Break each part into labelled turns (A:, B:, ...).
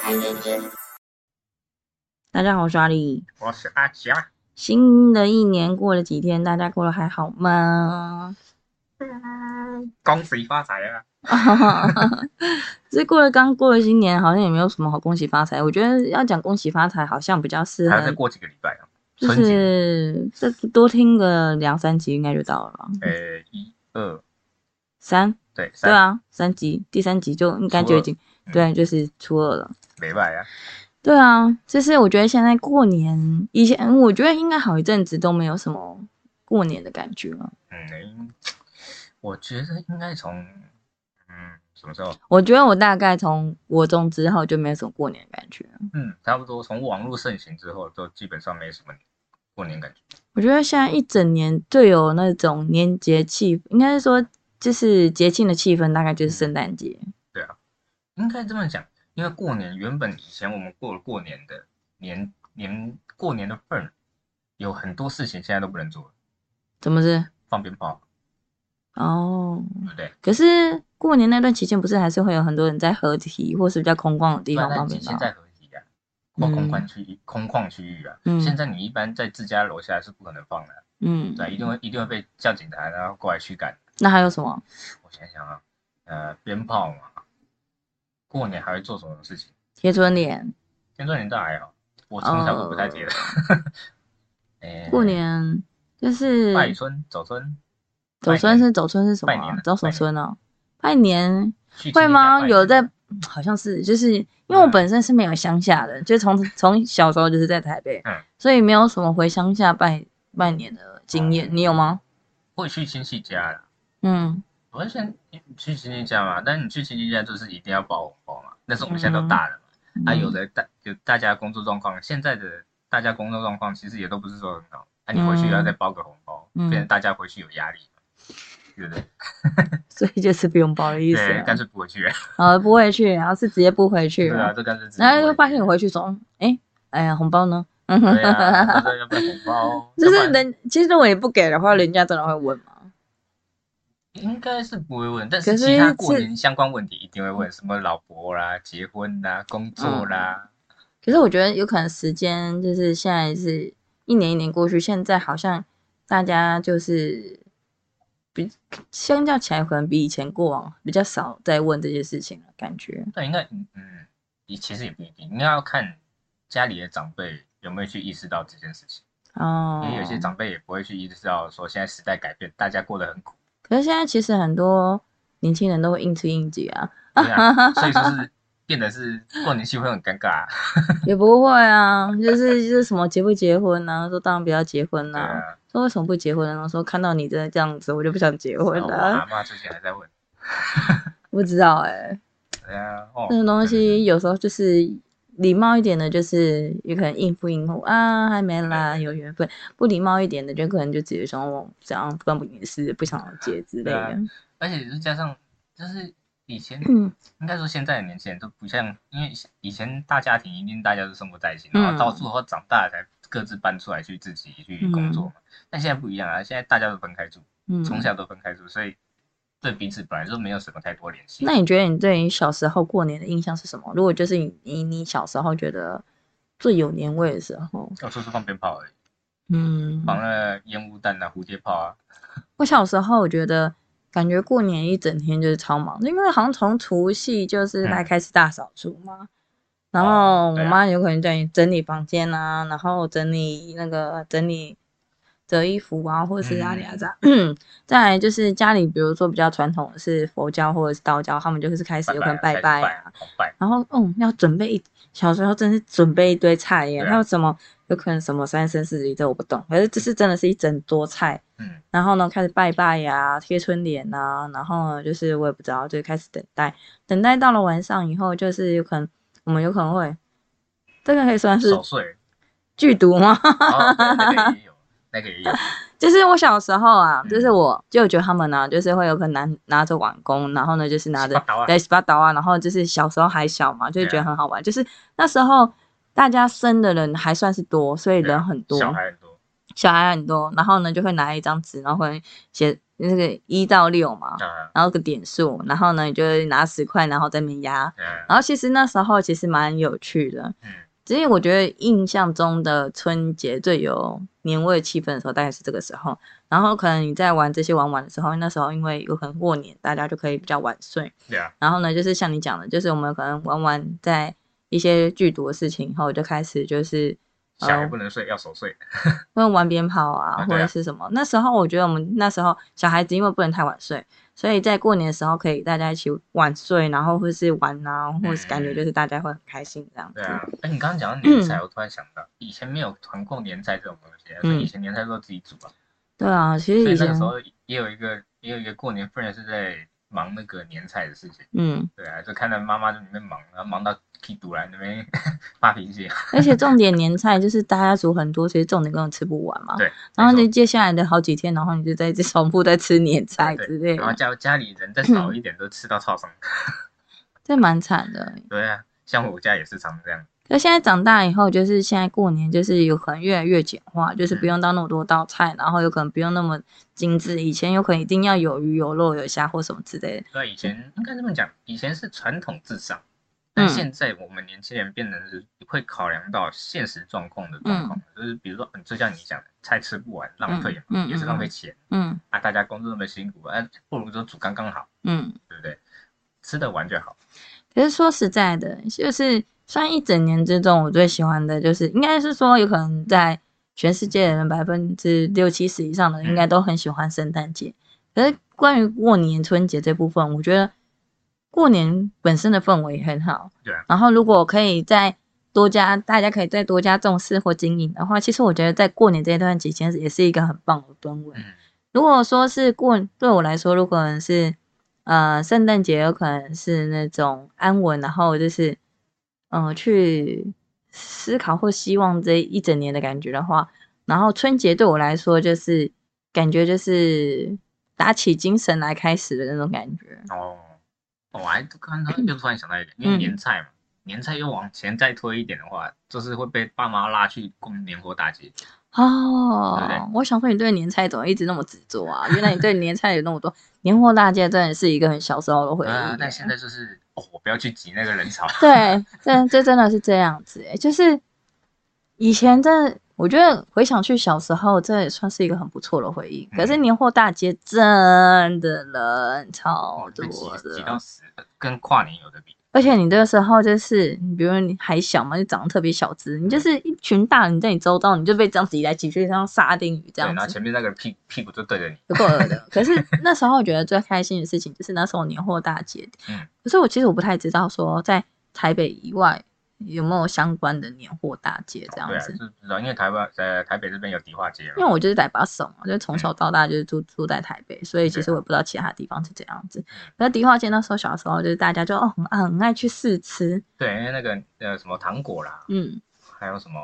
A: 看眼睛。
B: 大家好，我是阿丽。
C: 我是阿啊强，
B: 新的一年过了几天，大家过得还好吗？
C: 恭喜发财啊！
B: 这过了刚过了新年，好像也没有什么好恭喜发财。我觉得要讲恭喜发财，好像比较适
C: 还要再
B: 合，
C: 过几个礼拜啊，
B: 就
C: 春节，
B: 是这多听个两三集应该就到了吧。
C: 呃，一二，
B: 三，
C: 对，
B: 对
C: 三，
B: 啊，三集，第三集就应该就已经
C: 初二
B: 对，就是初二了。
C: 礼拜啊，
B: 对啊，就是我觉得现在过年，以前我觉得应该好一阵子都没有什么过年的感觉了。
C: 嗯，我觉得应该从，嗯，什么时候？
B: 我觉得我大概从国中之后就没有什么过年的感觉了。
C: 嗯，差不多从网络盛行之后，就基本上没什么过年感觉。
B: 我觉得现在一整年最有那种年节气，应该是说就是节庆的气氛，大概就是圣诞节。
C: 啊应该这么讲，因为过年原本以前我们过了过年的年年过年的份儿，有很多事情现在都不能做了，
B: 怎么是？
C: 放鞭炮，
B: 哦，
C: 对不对？
B: 可是过年那段期间，不是还是会有很多人在合体或是比较空旷的地方
C: 对
B: 放
C: 啊但
B: 鞭
C: 现
B: 炮？
C: 在合体啊，或空
B: 嗯
C: 旷区域、空旷区域啊，
B: 嗯
C: 现在你一般在自家楼下是不可能放的啊，
B: 嗯，
C: 对啊，一定会一定会被叫警察然后过来驱赶。
B: 那还有什么？
C: 我想想啊，呃，鞭炮嘛，过年还会做什么事情？
B: 贴春联，
C: 天春年倒还好，我从小都不太贴的。 哎
B: 哦过年就是
C: 拜春、走春，
B: 走春是走春是什么、
C: 拜年
B: 啊
C: 啊？
B: 走什么春哦？拜年
C: 去
B: 会吗？
C: 亲戚家拜年
B: 有在，嗯好像是，就是因为我
C: 嗯
B: 本身是没有乡下的，就从从小时候就是在台北，
C: 嗯
B: 所以没有什么回乡下拜拜年的经验。
C: 嗯
B: 你有吗？
C: 会去亲戚家啦。
B: 嗯，
C: 我先去亲戚家嘛，但你去亲戚家就是一定要包红包嘛。但是我们现在都
B: 嗯
C: 大了嘛，啊，
B: 嗯
C: 有的大有大家工作状况，现在的大家工作状况其实也都不是说很好，啊，你回去
B: 嗯
C: 要再包个红包，
B: 嗯
C: 变成大家回去有压力嘛，对不对？
B: 所以就是不用包的意思
C: 对，干
B: 了。
C: 脆不回去，
B: 好，啊不会去，然后是直接不回去
C: 对啊，
B: 了，
C: 这干脆直接
B: 然后
C: 不
B: 就发
C: 回去
B: 现我回去说，哎、哎呀，红包呢？嗯哼，
C: 对啊，他说要不要红包，
B: 就
C: 要
B: 是
C: 不然
B: 人，其实我也不给的话，人家真的会问嘛。
C: 应该是不会问，但
B: 可
C: 是
B: 是
C: 其他过
B: 是
C: 年相关问题一定会问，什么老婆啦、结婚啦、工
B: 嗯
C: 作啦，
B: 可是我觉得有可能时间就是现在是一年一年过去，现在好像大家就是比相较起来，可能比以前过往比较少在问这些事情了，感觉。
C: 对，应该嗯嗯，也其实也不一定，应该要看家里的长辈有没有去意识到这件事情，
B: 哦
C: 因，为有些长辈也不会去意识到说现在时代改变，大家过得很苦，
B: 可是现在其实很多年轻人都会应吃应景啊，
C: 对啊，所以说 是变得是过年气氛很尴尬啊，
B: 也不会啊，就是就是什么结不结婚啊，说当然不要结婚
C: 对
B: 啊，
C: 啊，
B: 说为什么不结婚啊？然后说看到你真的这样子，我就不想结婚
C: 啊然后我
B: 了、啊
C: 阿妈最近还在问，
B: 不知道哎、
C: 对啊，哦，
B: 这种东
C: 真的是
B: 西有时候就是礼貌一点的，就是有可能应付应付啊，还没来，有缘分；不礼貌一点的，就可能就直接说我这样关不隐私，不想接之类的
C: 对。啊而且是加上，就是以前
B: 嗯
C: 应该说现在的年轻人都不像，因为以前大家庭一定大家都生活在一起，
B: 嗯
C: 然后到最后长大才各自搬出来去自己去工作嘛。但现在不一样啊，现在大家都分开住，
B: 嗯，
C: 从小都分开住，所以对彼此本来就没有什么太多联系。
B: 那你觉得你对你小时候过年的印象是什么？如果就是你你你小时候觉得最有年味的时候，
C: 我就是哦放鞭炮而已，
B: 嗯，
C: 放了烟雾弹啊、蝴蝶炮啊，
B: 我小时候我觉得感觉过年一整天就是超忙，因为好像从除夕就是来
C: 嗯
B: 开始大扫除嘛，然后
C: 哦
B: 我
C: 对啊
B: 妈有可能叫你整理房间啊，然后整理那个整理折衣服啊，或者是阿里阿扎。
C: 嗯
B: 再来就是家里，比如说比较传统的是佛教或者是道教，他们就是开始有可能拜
C: 拜
B: 拜
C: 拜
B: 啊，
C: 啊，开始拜好拜。
B: 然后嗯，要准备一小时候真是准备一堆菜耶，
C: 对啊
B: 还有什么有可能什么三生四十一这我不懂，可是这是真的是一整桌菜。
C: 嗯，
B: 然后呢，开始拜拜呀、贴春联呐、然后呢，就是我也不知道，就开始等待，等待到了晚上以后，就是有可能我们有可能会，这个可以算是
C: 守岁，
B: 剧毒 吗？
C: 哦，对那个也有，那个也有，
B: 就是我小时候啊，
C: 嗯
B: 就是我舅舅他们呢、就是会有个拿拿着碗工，然后呢就是拿着
C: 十八刀啊
B: 对十八刀啊，然后就是小时候还小嘛，就觉得
C: 对啊
B: 很好玩，就是那时候大家生的人还算是多，所以
C: 对啊
B: 人很多，
C: 小孩很多，
B: 小孩很多，然后呢就会拿一张纸，然后会写那个一到六嘛，
C: 啊，
B: 然后个点数，然后呢，你就会拿十块，然后在那边压。
C: 嗯
B: 然后其实那时候其实蛮有趣的，
C: 嗯，
B: 只是我觉得印象中的春节最有年味气氛的时候，大概是这个时候。然后可能你在玩这些玩玩的时候，那时候因为有可能过年，大家就可以比较晚睡，
C: 对啊，
B: 然后呢，就是像你讲的，就是我们可能玩完在一些剧毒的事情以后，就开始就是呃
C: 小孩不能睡，要守岁。
B: 会玩鞭炮啊，
C: 啊
B: 或
C: 对啊
B: 者是什么。那时候我觉得我们那时候小孩子因为不能太晚睡，所以在过年的时候可以大家一起晚睡，然后或是玩啊，或是感觉就是大家会很开心这样子
C: 嗯对。啊，哎，你刚
B: 嗯
C: 刚讲到年菜，我突然想到，以前没有团购年菜这种东西，啊所以以前年菜都自己煮啊。
B: 嗯对啊，其实以
C: 所以那个
B: 前
C: 时候也有一个也有一个过年夫人是在忙那个年菜的事情，
B: 嗯，
C: 对啊，就看到妈妈在里面忙，然后忙到屁堵来那边 发脾气，
B: 而且重点年菜就是大家煮很多，其实重点根本吃不完嘛。
C: 对，
B: 然后
C: 没
B: 就
C: 错
B: 接下来的好几天，然后你就在一直重复在吃年菜之类
C: 对，然后
B: 的，
C: 家家里人再少一点都吃到超生，
B: 这蛮惨的。
C: 对啊，像我家也是常这样，
B: 可现在长大以后，就是现在过年就是有可能越来越简化，就是
C: 嗯
B: 不用到那么多道菜，然后有可能不用那么精致。以前有可能一定要有鱼、有肉、有虾或什么之类的。
C: 对啊，以前应该这么讲，以前是传统至上，
B: 嗯
C: 但现在我们年轻人变成是会考量到现实状况的状况，就是比如说，嗯就像你讲的，菜吃不完浪费嘛，
B: 嗯嗯
C: 也是浪费钱
B: 嗯
C: 啊，大家工作那么辛苦，啊，不如就煮刚刚好，
B: 嗯。
C: 对不对？吃得完就好。
B: 可是说实在的，就是算一整年之中，我最喜欢的就是，应该是说有可能在全世界的人百分之六七十以上的人，
C: 嗯
B: 应该都很喜欢圣诞节。可是关于过年、春节这部分，我觉得过年本身的氛围也很好。
C: 对啊
B: 然后如果可以再多加，大家可以再多加重视或经营的话，其实我觉得在过年这一段期间也是一个很棒的氛围。
C: 嗯，
B: 如果说是过，对我来说，如果是呃圣诞节，有可能是那种安稳，然后就是嗯、呃去思考或希望这一整年的感觉的话，然后春节对我来说就是感觉就是打起精神来开始的那种感觉。
C: 哦，我还刚
B: 嗯
C: 刚又突然想到一点，因为年菜嘛，年菜又往前再推一点的话，就是会被爸妈拉去逛年货大街。对不
B: 哦
C: 对，
B: 我想说你对年菜怎么一直那么执着啊？原来你对年菜有那么多，年货大街真的是一个很小时候的回忆耶。
C: 啊，但现在就是哦，我不要去挤那个人 潮。
B: 对，这这真的是这样子、欸，就是以前真的，我觉得回想去小时候，这也算是一个很不错的回忆。可是
C: 嗯
B: 年货大街真的人超
C: 哦，
B: 多
C: 被挤挤到
B: 的，
C: 死，跟跨年有的比。
B: 而且你那个时候就是，你比如你还小嘛，就长得特别小只，
C: 嗯
B: 你就是一群大人在你周遭，你就被这样挤来挤去，像沙丁鱼这
C: 对，
B: 样
C: 然后
B: 子。
C: 前面那个屁屁股就对着你。
B: 有够恶的。可 是那时候我觉得最开心的事情就是那时候年货大节。
C: 嗯
B: 可是我其实我不太知道说在台北以外有没有相关的年货大节这样
C: 对啊，
B: 子。
C: 就知道，因为台湾在台北这边有迪化街嘛。
B: 因为我就是台巴怂嘛，就从小到大就是住住在台北，所以其实
C: 嗯对啊
B: 我也不知道其他地方是怎样子。可是迪化街那时候小时候，就是大家就哦很爱很爱去试吃，
C: 对，因为那个呃什么糖果啦，
B: 嗯，
C: 还有什么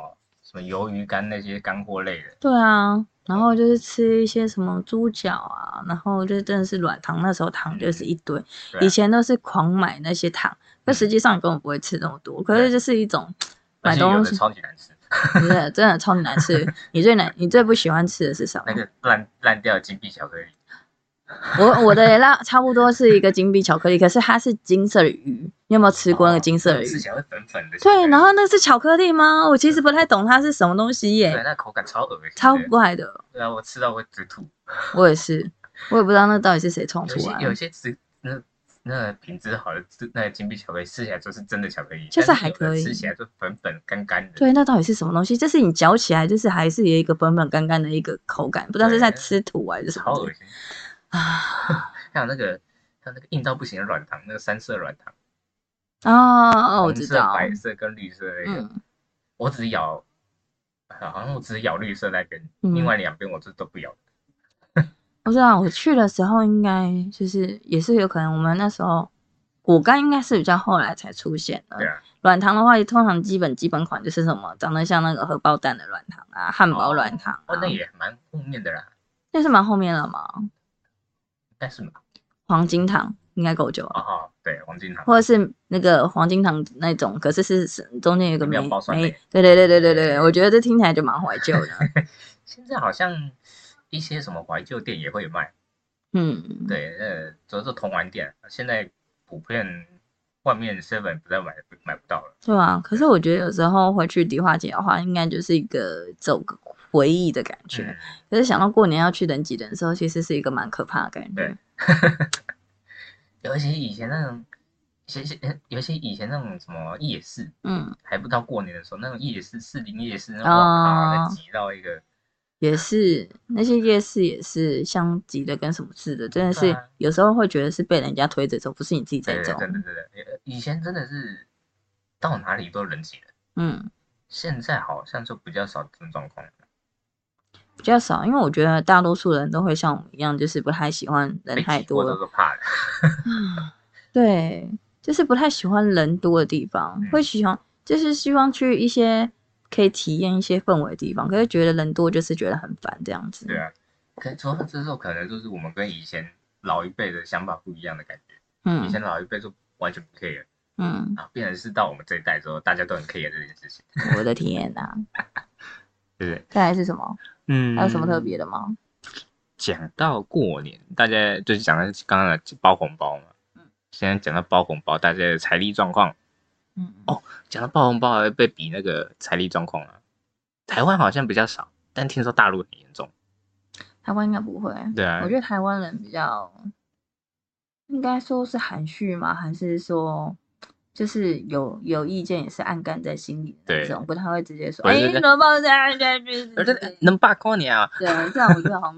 C: 什么鱿鱼干那些干货类的，
B: 对啊，然
C: 嗯
B: 后就是吃一些什么猪脚啊，然后就真的是软糖，那时候糖就是一堆，
C: 对啊
B: 以前都是狂买那些糖，可
C: 嗯
B: 实际上你根本不会吃那么多，可
C: 对
B: 是就是一种
C: 而
B: 买
C: 且有
B: 东
C: 的
B: 西，
C: 超级难吃，
B: 真的真的超级难 吃。你最难，你最不喜欢吃的是什么
C: 那？个烂烂掉的金币巧克力。
B: 我我的也拉差不多是一个金币巧克力，可是它是金色的鱼，你有没有吃过那个金色的
C: 哦
B: 鱼？
C: 吃起来会粉粉的。
B: 对，然后那是巧克力吗？我其实不太懂它是什么东西
C: 对，
B: 耶，
C: 那口感超恶心的，
B: 超怪的。
C: 对啊，我吃到会直吐。
B: 我也 是，我也不知道那到底是谁冲
C: 有
B: 出
C: 些
B: 来
C: 有
B: 的，
C: 些吃那那品质好的吃那个金币巧克力吃起来就是真的巧克力，
B: 就是
C: 但
B: 还
C: 有的
B: 可以
C: 吃起来就粉粉干干的。
B: 对，那到底是什么东西？就是你嚼起来，就是还是有一个本本干干的一个口感，不知道是在吃土还是什
C: 超
B: 么
C: 恶
B: 的
C: 心。
B: 啊。
C: 还有那个还有那个硬到不行的软糖，那个三色软糖，
B: 哦，我
C: 红
B: 知
C: 色、
B: 道，
C: 白色跟绿色的那个，
B: 嗯，
C: 我只咬，好像我只咬绿色那边，
B: 嗯
C: 另外两边我就都不咬。
B: 我知道，我去的时候应该就是也是有可能，我们那时候果干应该是比较后来才出现的
C: 对。啊，
B: 软糖的话，通常基本基本款就是什么长得像那个荷包蛋的软糖啊，汉堡软糖啊，
C: 哦，那也蛮后面的啦，
B: 那是蛮后面了嘛。
C: 应该是嘛。
B: 黄金糖应该够久了，
C: 哦哦，对，黄金糖。
B: 或者是那个黄金糖那种，可是是是中间有个
C: 里
B: 梅
C: 面有包酸
B: 梅
C: 梅，
B: 对对对对对对，我觉得这听起来就蛮怀旧的。
C: 现在好像一些什么怀旧店也会卖，
B: 嗯，，
C: 对，呃，主要是同玩店，现在普遍外面 seven 不再买买不到了。
B: 对啊。可是我觉得有时候回去迪化街的话，应该就是一个走个回忆的感觉。
C: 嗯，
B: 可是想到过年要去人挤人的时候，其实是一个蛮可怕的感觉
C: 对。尤其以前那种，尤其呃尤其以前那种什么夜市，
B: 嗯，
C: 还不到过年的时候，那种夜市士林夜市，那
B: 哦
C: 哇靠，那挤到一个，
B: 也是那些夜市也是像挤的跟什么似的，真的
C: 对
B: 是
C: 啊
B: 有时候会觉得是被人家推着走，不是你自己在
C: 对对
B: 走
C: 对。对对对，以前真的是到哪里都人挤人，
B: 嗯，
C: 现在好像就比较少这种状况了。
B: 比较少，因为我觉得大多数人都会像我们一样，就是不太喜欢人
C: 被
B: 太
C: 挤过
B: 多了
C: 都。是怕的，
B: 对，就是不太喜欢人多的地方，会
C: 嗯
B: 喜欢就是希望去一些可以体验一些氛围的地方，可是觉得人多就是觉得很烦这样子。
C: 对啊。可主要这时候可能就是我们跟以前老一辈的想法不一样的感觉，以
B: 嗯
C: 前老一辈就完全不 care，
B: 嗯，
C: 啊，变成是到我们这一代之后，大家都很 care 这件事情，
B: 我的天呐、
C: 对不对？
B: 再来是什么？
C: 嗯
B: 还有什么特别的吗？
C: 讲到过年，大家就是讲的刚刚的包红包嘛。
B: 嗯
C: 现在讲到包红包，大家的财力状况，
B: 嗯，
C: 哦讲到包红包还会被比那个财力状况啊。台湾好像比较少，但听说大陆很严重。
B: 台湾应该不会。
C: 对啊
B: 我觉，得台湾人比较，应该说是含蓄吗？还是说就是有有意见也是暗干在心里的那
C: 对
B: 种，不太会直接说，
C: 不
B: 哎，
C: 是这
B: 你
C: 个
B: 怎么报这样？这样这样
C: 而
B: 这
C: 且
B: 样
C: 能罢过年啊，
B: 对，这样我觉得好像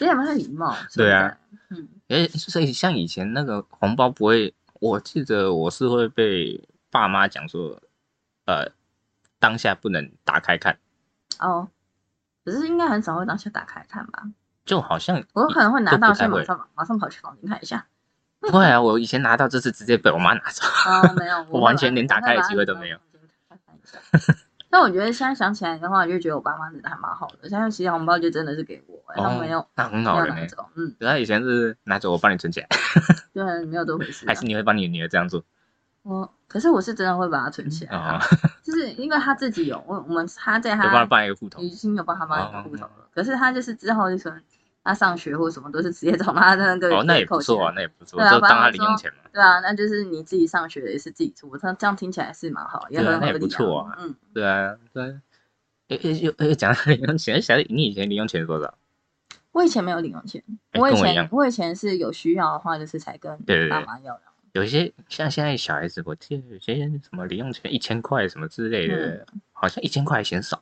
B: 有点不太礼貌。
C: 对啊
B: 说实在，嗯，
C: 诶，所以像以前那个红包不会，我记得我是会被爸妈讲说，呃，当下不能打开看，
B: 哦，可是应该很少会当下打开看吧？
C: 就好像
B: 我可能会拿
C: 就
B: 到，
C: 不太
B: 先马
C: 会。
B: 上马上跑去房间看一 下。
C: 不会啊，我以前拿到就是直接被我妈拿走。
B: 哦，没有，
C: 我
B: 会
C: 完
B: 把
C: 全
B: 它
C: 连
B: 我
C: 打
B: 会
C: 开的
B: 把它
C: 机会都
B: 拿
C: 没有
B: 到房间看一下。但我觉得现在想起来的话，我就觉得我爸妈真的还蛮好的。现在其实红包就真的是给我、欸，他们没有、
C: 哦，那很
B: 没
C: 好
B: 有
C: 人呢、
B: 拿走，嗯，
C: 对他以前是拿走我帮你存起来，
B: 对，没有这回事、啊。
C: 还是你会帮你女儿这样做？
B: 我，可是我是真的会把它存起来、
C: 哦
B: 啊，，就是因为他自己有，我我们他在
C: 有帮他
B: 他
C: 办一个户头
B: 已经有帮他妈
C: 哦
B: 户头了。可是他就是之后就是他上学或什么都是直接从他的那个
C: 哦，那也
B: 扣
C: 不
B: 钱。
C: 错啊，那也不错，
B: 对啊
C: 就
B: 不然
C: 当他
B: 我
C: 零
B: 说
C: 用钱嘛。
B: 对啊，那就是你自己上学也是自己出，我这样这样听起来是蛮好，也
C: 对啊
B: 很
C: 那
B: 合
C: 也
B: 理、
C: 不错啊
B: 嗯，
C: 对啊，对啊。诶诶，又诶，讲到零用钱，想你以前零用钱是多少？
B: 我以前没有零用钱，
C: 哎
B: 我以
C: 跟我一
B: 前
C: 样
B: 我以前是有需要的话，就是才跟
C: 对对对
B: 爸妈要的。
C: 有些像现在小孩子，我记得有些什么零用钱一千块什么之类
B: 嗯
C: 的，好像一千块还嫌少。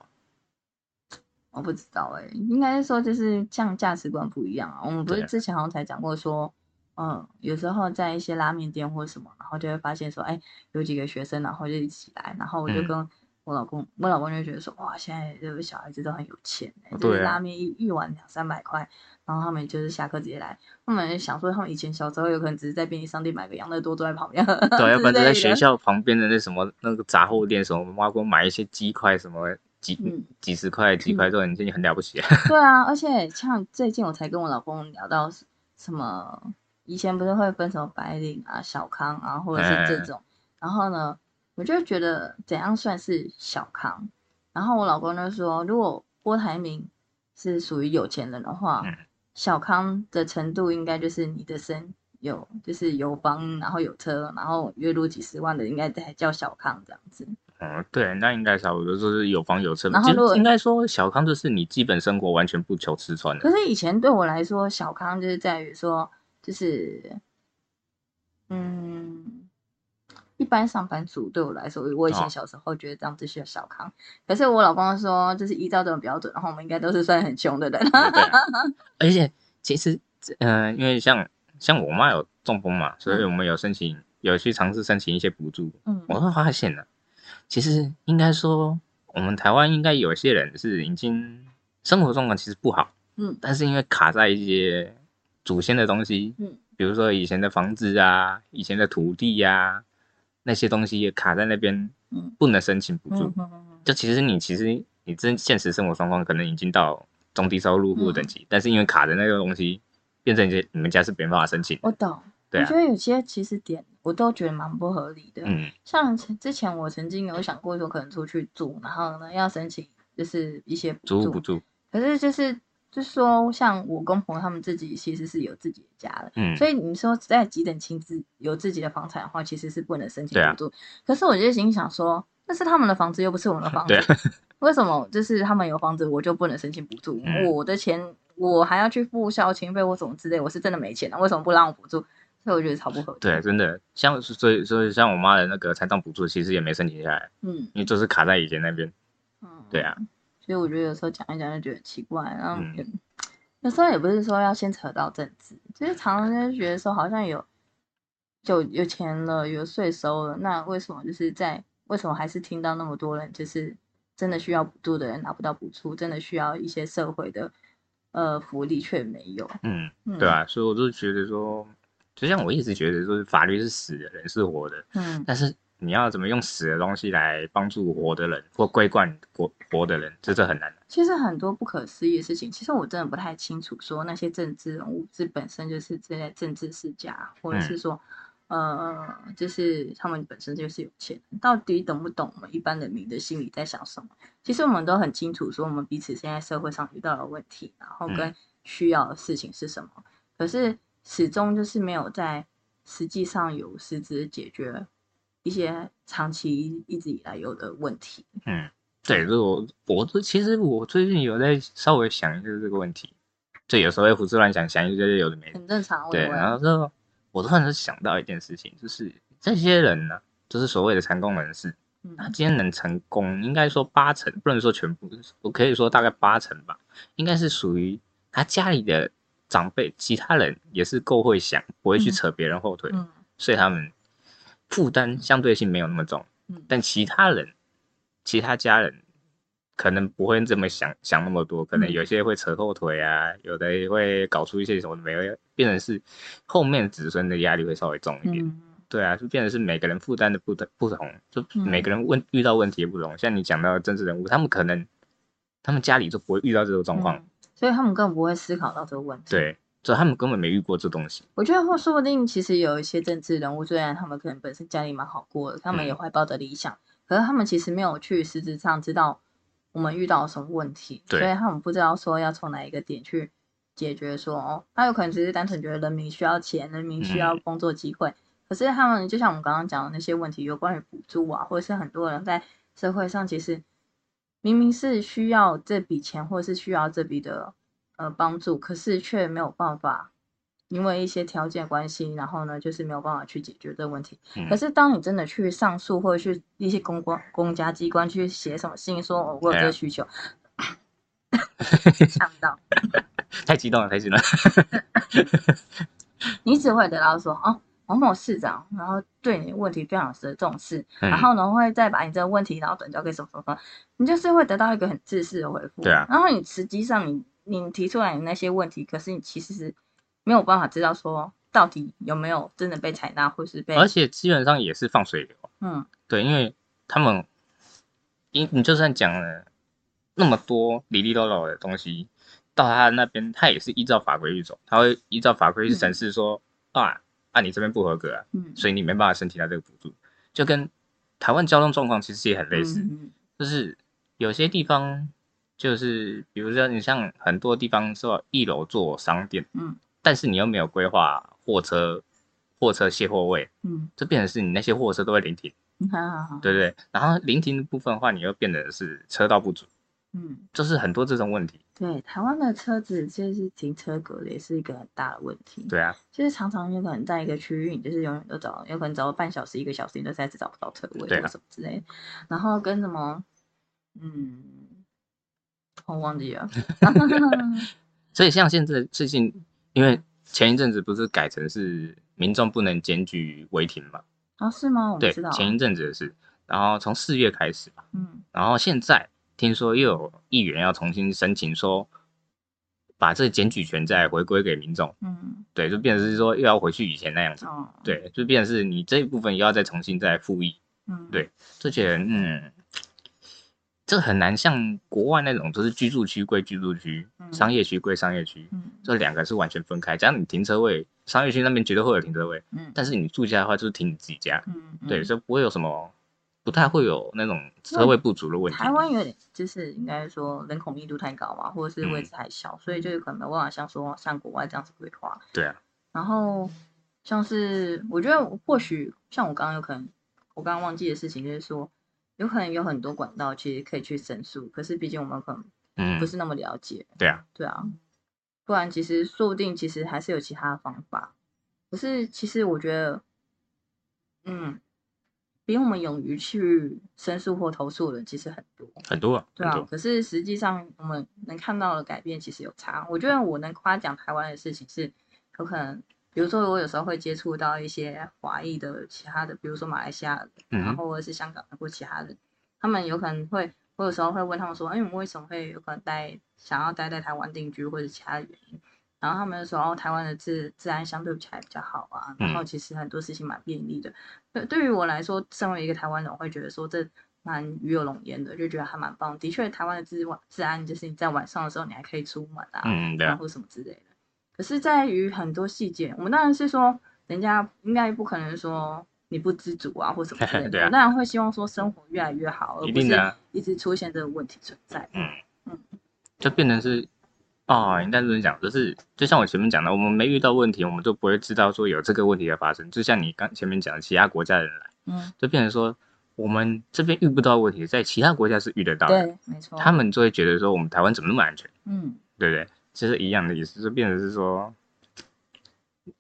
B: 我不知道哎、应该是说就是像价值观不一样啊。我们不是
C: 对啊
B: 之前好像才讲过说，嗯，有时候在一些拉面店或什么，然后就会发现说，哎、有几个学生，然后就一起来，然后我就
C: 嗯
B: 跟我老公，我老公就觉得说，哇，现在这个小孩子都很有钱、欸，
C: 哦
B: 就是
C: 对啊
B: 拉面一一碗两三百块，然后他们就是下课直接来。他们想说，他们以前小时候有可能只是在便利商店买个养乐多坐在旁边，
C: 对啊，要不然就
B: 之
C: 在
B: 类
C: 学
B: 的
C: 校旁边的那什么那个杂货店什么，挖过买一些鸡块什么几、
B: 嗯
C: 几十块几块肉，你这就很了不起。
B: 对啊，而且像最近我才跟我老公聊到是什么，以前不是会分什么白领啊、小康啊，或者是这
C: 嗯
B: 种，然后呢，我就觉得怎样算是小康？然后我老公就说，如果郭台铭是属于有钱人的话，
C: 嗯
B: 小康的程度应该就是你的身有就是有房，然后有车，然后月入几十万的，应该才叫小康这样子。
C: 嗯，对，那应该差不多，就是有房有车嘛。
B: 然后
C: 其实
B: 如果
C: 应该说，小康就是你基本生活完全不求吃穿
B: 可
C: 的。
B: 是以前对我来说，小康就是在于说，就是，嗯，一般上班族对我来说，我以前
C: 哦
B: 小时候觉得这样子是小康。可是我老公说，就是依照这种标准，然后我们应该都是算很穷的人。
C: 对 啊，而且其实，嗯、因为像像我妈有中风嘛，所以
B: 嗯
C: 我们有申请，有去尝试申请一些补助。
B: 嗯
C: 我会发现呢、其实应该说，我们台湾应该有些人是已经生活状况其实不好，
B: 嗯
C: 但是因为卡在一些祖先的东西，
B: 嗯，
C: 比如说以前的房子啊，以前的土地呀、那些东西也卡在那边，
B: 嗯
C: 不能申请补助。
B: 嗯嗯
C: 就其实你其实你真现实生活状况可能已经到中低收入户等
B: 嗯
C: 级，但是因为卡的那个东西，变成你家你们家是没办法申请的。
B: 我懂。
C: 对
B: 我
C: 啊
B: 觉，得有些其实点我都觉得蛮不合理的。
C: 嗯，
B: 像之之前我曾经有想过说，可能出去住，然后呢要申请就是一些补
C: 租
B: 助
C: 屋补助，
B: 可是就是就是说像我公婆他们自己其实是有自己的家了。
C: 嗯，
B: 所以你说在急诊亲自有自己的房产的话，其实是不能申请
C: 对啊
B: 补助。可是我就心想说，那是他们的房子，又不是我们的房子
C: 对，啊，
B: 为什么就是他们有房子，我就不能申请补助？
C: 嗯
B: 我的钱我还要去付校庆费或什么之类，我是真的没钱了、为什么不让我补助？所以我觉得超不合理。
C: 对，，啊真的，像所以所以像我妈的那个残障补助，其实也没申请下来，
B: 嗯
C: 因为就是卡在以前那边。
B: 嗯，
C: 对啊，
B: 所以我觉得有时候讲一讲就觉得奇怪，然后
C: 嗯
B: 有,、有时候也不是说要先扯到政治，就是常常就觉得说好像有有有钱了，有税收了，那为什么就是在为什么还是听到那么多人就是真的需要补助的人拿不到补助，真的需要一些社会的呃福利却没有？
C: 嗯，
B: 嗯、
C: 对，啊，所以我就觉得说，就像我一直觉得，就是法律是死的，人是活的，
B: 嗯
C: 但是你要怎么用死的东西来帮助活的人，或归冠活活的人，这这很难。
B: 其实很多不可思议的事情，其实我真的不太清楚，说那些政治人物是本身就是这些政治世家，或者
C: 嗯
B: 是说，呃，就是他们本身就是有钱人，到底懂不懂我们一般人民的心里在想什么？其实我们都很清楚，说我们彼此现在社会上遇到的问题，然后
C: 嗯
B: 跟需要的事情是什么，可是始终就是没有在实际上有实质解决一些长期一直以来有的问题。
C: 嗯对，就是我我最其实我最近有在稍微想一下这个问题，就有时候会胡思乱想，想一些有的没的。
B: 很啊正常，我
C: 对，
B: 也会
C: 然后之后我突然就想到一件事情，就是这些人呢、就是所谓的成功人士，
B: 嗯
C: 他今天能成功，应该说八成，不能说全部，我可以说大概八成吧，应该是属于他家里的长辈，其他人也是够会想，不会去
B: 嗯
C: 扯别人后腿，
B: 嗯
C: 所以他们负担相对性没有那么重。
B: 嗯
C: 但其他人，其他家人可能不会这么想想那么多，可能
B: 嗯
C: 有些会扯后腿啊，有的也会搞出一些什么没有，变成是后面子孙的压力会稍微重一点。
B: 嗯
C: 对啊，就变成是每个人负担的不同不同，就
B: 嗯
C: 每个人问遇到问题也不同。像你讲到的政治人物，他们可能他们家里就不会遇到这种状况，
B: 嗯所以他们根本不会思考到这个问题。，
C: 对，所以他们根本没遇过这东西。
B: 我觉得或说不定其实有一些政治人物，虽然他们可能本身家里蛮好过的，他们也
C: 嗯
B: 怀抱着理想，可是他们其实没有去实质上知道我们遇到了什么问题，所
C: 对
B: 以他们不知道说要从哪一个点去解决说。哦，他有可能只是单纯觉得人民需要钱，人民需要
C: 嗯
B: 工作机会，可是他们就像我们刚刚讲的那些问题，有关于补助啊，或者是很多人在社会上其实明明是需要这笔钱，或者是需要这笔的呃帮助，可是却没有办法，因为一些条件关系，然后呢，就是没有办法去解决这个问题。
C: 嗯
B: 可是当你真的去上诉，或者去一些公关公家机关去写什么信，说哦我有这
C: 对
B: 个
C: 啊
B: 需 求，想不到，
C: 太激动了，太激动了。
B: 你只会得到说哦。某某市长，然后对你的问题非常的重视， 然
C: 嗯
B: 后呢会再把你这个问题，然后转交给什么什么什么，你就是会得到一个很自私的回复。
C: 对啊
B: 然后你实际上你你提出来的那些问题，可是你其实是没有办法知道说到底有没有真的被采纳，或是被
C: 嗯而且基本上也是放水流。啊
B: 嗯
C: 对，因为他们，你你就算讲了那么多里里叨叨的东西，到他那边，他也是依照法规去走，他会依照法规去审视说、啊啊，你这边不合格、啊，
B: 嗯
C: 所以你没办法申请到这个补助，就跟台湾交通状况其实也很类似，
B: 嗯
C: 就是有些地方就是比如说你像很多地方是要一楼做商店，
B: 嗯
C: 但是你又没有规划货车货车卸货位，
B: 嗯
C: 就变成是你那些货车都会临停。
B: 嗯，好好好，
C: 对不对？然后聆听的部分的话，你又变得是车道不足，
B: 嗯
C: 就是很多这种问题。
B: 对，台湾的车子就是停车格也是一个很大的问题。
C: 对啊，
B: 就是常常有可能在一个区域，你就是永远都找，有可能找到半小时、一个小时，你都再次找不到车位
C: 对啊
B: 或什么之类的。然后跟什么，嗯，我忘记了。
C: 所以像现在最近，因为前一阵子不是改成是民众不能检举违停嘛？
B: 啊，是吗？我不
C: 对
B: 知道。，
C: 前一阵子的事。然后从四月开始吧，
B: 嗯
C: 然后现在听说又有议员要重新申请说，把这检举权再回归给民众。
B: 嗯
C: 对，就变成是说又要回去以前那样子。
B: 哦，
C: 对，就变成是你这一部分又要再重新再复议。
B: 嗯
C: 对就觉得嗯，这很难像国外那种，就是居住区归居住区，
B: 嗯
C: 商业区归商业区，
B: 嗯
C: 这两个是完全分开。只要你停车位，商业区那边绝对会有停车位，
B: 嗯
C: 但是你住家的话就是停你自己家，
B: 嗯，
C: 对，
B: 嗯
C: 所以不会有什么不太会有那种车位不足的问题。
B: 台湾有点就是应该说人口密度太高嘛，或者是位置
C: 嗯
B: 太小，所以就可能没有办法像说像国外这样子规划。
C: 对啊，
B: 然后像是我觉得或许像我刚刚有可能我刚刚忘记的事情就是说，有可能有很多管道其实可以去申诉，可是毕竟我们可能
C: 嗯
B: 不，是那么了解，
C: 对啊，
B: 对啊，不然其实说不定其实还是有其他的方法。可是其实我觉得，嗯，比我们勇于去申诉或投诉的人其实很多。
C: 很多啊，
B: 对
C: 很
B: 啊，
C: 多，
B: 可是实际上我们能看到的改变其实有差。我觉得我能夸奖台湾的事情是，有可能，比如说我有时候会接触到一些华裔的其他的，比如说马来西亚人，然
C: 嗯
B: 后或者是香港人或其他人，他们有可能会，我有时候会问他们说，哎，你们为什么会有可能待想要待在台湾定居或者其他的原因？然后他们就说，哦，台湾的治治安相对起来比较好啊，然后其实很多事情蛮便利的。对，对于我来说，身为一个台湾人，我会觉得说这蛮鱼有龙焉的，就觉得还蛮棒。的确，台湾的治晚治安就是你在晚上的时候，你还可以出门啊，
C: 嗯，对
B: 然
C: 啊，
B: 后什么之类的。可是，在于很多细节，我们当然是说，人家应该不可能说你不知足啊，或什么之类的。
C: 对啊
B: 我当然会希望说生活越来越好，而
C: 一
B: 不
C: 定的
B: 是
C: 啊嗯
B: 一直出现这个问题存在。
C: 就变成是。哦，应该这么讲，就是就像我前面讲的，我们没遇到问题，我们就不会知道说有这个问题的发生。就像你刚前面讲，的，其他国家的人来，
B: 嗯，
C: 就变成说我们这边遇不到问题，在其他国家是遇得到的，
B: 对，没错。
C: 他们就会觉得说我们台湾怎么那么安全，
B: 嗯，
C: 对不对？其实一样的意思，就变成是说，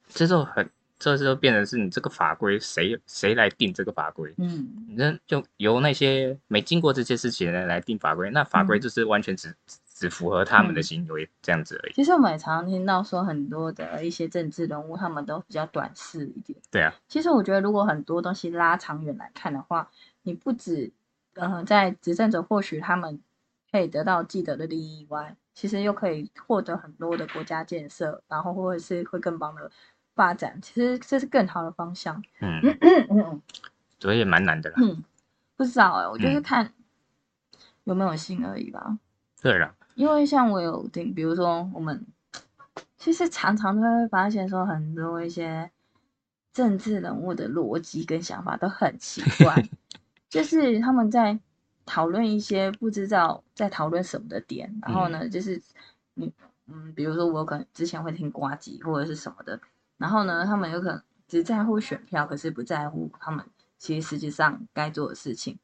C: 这时候很，这时候变成是你这个法规谁谁来定这个法规，
B: 嗯
C: 你这就由那些没经过这些事情的人来定法规，那法规
B: 嗯
C: 就是完全只、只只符合他们的
B: 嗯
C: 行为、这样子而已，
B: 其实我们也常常听到说，很多的一些政治人物，他们都比较短视一点。
C: 对啊，
B: 其实我觉得，如果很多东西拉长远来看的话，你不止，呃，在执政者或许他们可以得到既得的利益以外，其实又可以获得很多的国家建设，然后或者是会更棒的发展。其实这是更好的方向。
C: 嗯，所以也蛮难的啦。
B: 嗯，不知道哎、我就是
C: 嗯
B: 看有没有心而已吧。
C: 对了，
B: 因为像我有听，比如说我们其实常常都会发现说，很多一些政治人物的逻辑跟想法都很奇怪，就是他们在讨论一些不知道在讨论什么的点，然后呢，就是你嗯，比如说我可能之前会听瓜吉或者是什么的，然后呢，他们有可能只在乎选票，可是不在乎他们其实实际上该做的事情，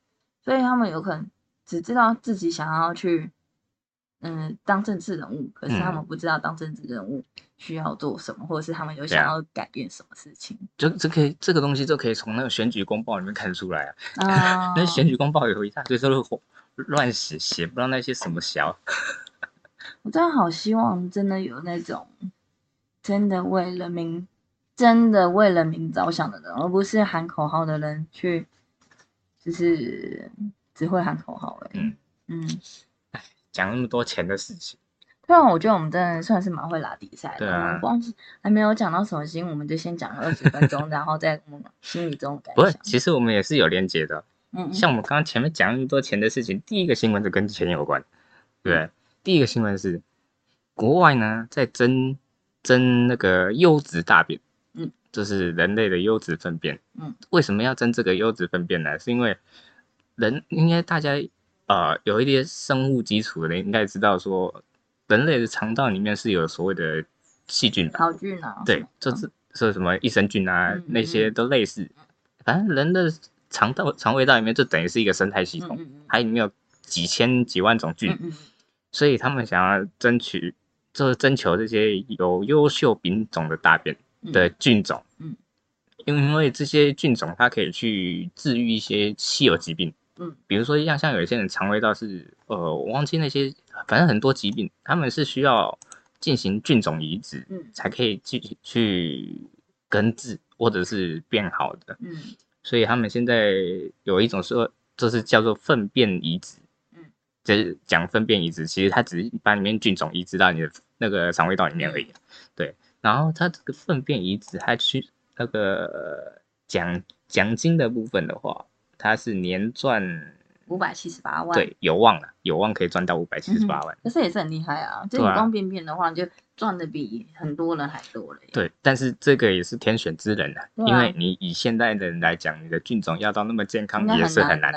B: 所以他们有可能只知道自己想要去。嗯，当政治人物，可是他
C: 嗯
B: 们不知道当政治人物需要做什么，或者是他们有
C: 对
B: 想
C: 啊
B: 要改变什么事情
C: 就这可以这个东西就可以从那个选举公报里面看出来啊。
B: 啊？
C: 那选举公报有一大堆都是胡乱写，写不知道那些什么小
B: 我真的好希望真的有那种真的为人民、真的为人民着想的人，而不是喊口号的人去，就是只会喊口号而已。
C: 嗯
B: 嗯，
C: 讲那么多钱的事情。
B: 虽然啊我觉得我们真的算是蛮会拉比赛的，
C: 对啊
B: 我们光是还没有讲到什么新闻，我们就先讲了二十分钟，然后再我们心里中的感
C: 不是，
B: 想。
C: 其实我们也是有连接的。
B: 嗯嗯
C: 像我们刚刚前面讲那么多钱的事情，第一个新闻就跟钱有关，对
B: 嗯
C: 不对？第一个新闻是国外呢在争争那个优质大便，
B: 嗯，
C: 就是人类的优质粪便，
B: 嗯，
C: 为什么要争这个优质粪便呢？是因为人应该大家呃有一些生物基础的人应该知道说，人类的肠道里面是有所谓的细菌吧？
B: 好剧呢？
C: 对，就是说什么益生菌啊，
B: 嗯
C: 那些
B: 嗯
C: 都类似。反正人的肠道、肠胃道里面就等于是一个生态系
B: 嗯
C: 统，
B: 嗯嗯
C: 它里面有几千几万种菌，
B: 嗯嗯
C: 所以他们想要争取，就是征求这些有优秀品种的大便
B: 嗯
C: 的菌种。
B: 嗯
C: 因为这些菌种它可以去治愈一些稀有疾病。
B: 嗯
C: 比如说像像有一些人肠胃道是呃，我忘记那些，反正很多疾病，他们是需要进行菌种移植，
B: 嗯
C: 才可以去去根治或者是变好的。
B: 嗯
C: 所以他们现在有一种说，这是叫做粪便移植。
B: 嗯，
C: 就是讲粪便移植，其实它只是把里面菌种移植到你的那个肠胃道里面
B: 嗯
C: 而已。对，然后它这个粪便移植，它去那个奖奖金的部分的话，它是年赚
B: 五百七十八万，嗯
C: 对，有望了，有望可以赚到五百七十八万。
B: 可是也是很厉害啊！就是
C: 对
B: 你
C: 啊
B: 光变变的话，你就赚的比很多人还多了耶。
C: 对，但是这个也是天选之人啊，
B: 对啊
C: 因为你以现代人来讲，你的菌种要到那么健康
B: 应该
C: 也
B: 很
C: 是
B: 难啊
C: 很难。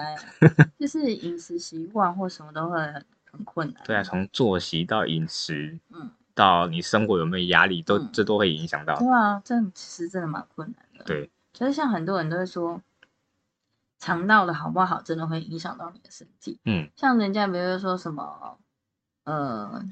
B: 难，就是饮食习惯或什么都会很很困难。
C: 对啊，从作息到饮食，
B: 嗯，
C: 到你生活有没有压力，都、
B: 嗯
C: 这都会影响到。
B: 对啊，这其实真的蛮困难的。
C: 对，
B: 就是像很多人都会说，肠道的好不好，真的会影响到你的身体。
C: 嗯，
B: 像人家比如说什么，呃，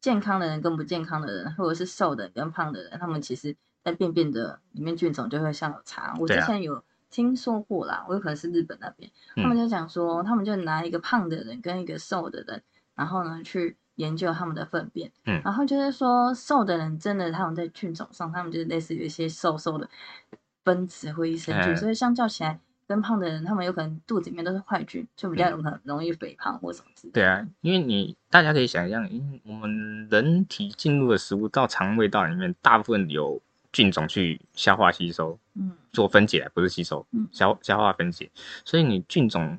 B: 健康的人跟不健康的人，或者是瘦的人跟胖的人，他们其实在便便的里面菌种就会像有差。我之
C: 对啊
B: 前有听说过啦，我有可能是日本那边，他们
C: 嗯
B: 就讲说，他们就拿一个胖的人跟一个瘦的人，然后呢去研究他们的粪便，
C: 嗯
B: 然后就是说瘦的人真的他们在菌种上，他们就是类似有一些瘦瘦的分子或益生菌，
C: 嗯
B: 所以相较起来。跟胖的人，他们有可能肚子里面都是坏菌，就比较有可能容易肥胖或什么之类的。
C: 嗯对啊，因为你大家可以想象，因为我们人体进入的食物到肠胃道里面，大部分由菌种去消化吸收，
B: 嗯
C: 做分解，不是吸收
B: 嗯，
C: 消消化分解。所以你菌种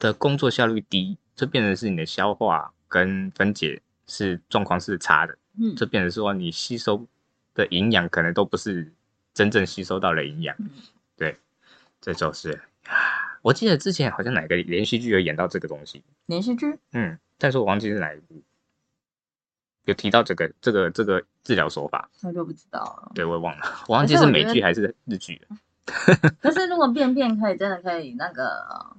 C: 的工作效率低，这变成是你的消化跟分解是状况是差的，
B: 嗯
C: 这变成说你吸收的营养可能都不是真正吸收到的营养。
B: 嗯
C: 对，这就是。我记得之前好像哪个连续剧有演到这个东西，
B: 连续剧
C: 嗯，但是我忘记是哪一部，有提到这个这个这个治疗手法，
B: 那就不知道了。
C: 对我也忘了，我忘记
B: 可是
C: 是
B: 我
C: 美
B: 觉得
C: 剧还是日剧了。
B: 可是如果便便可以真的可以那个，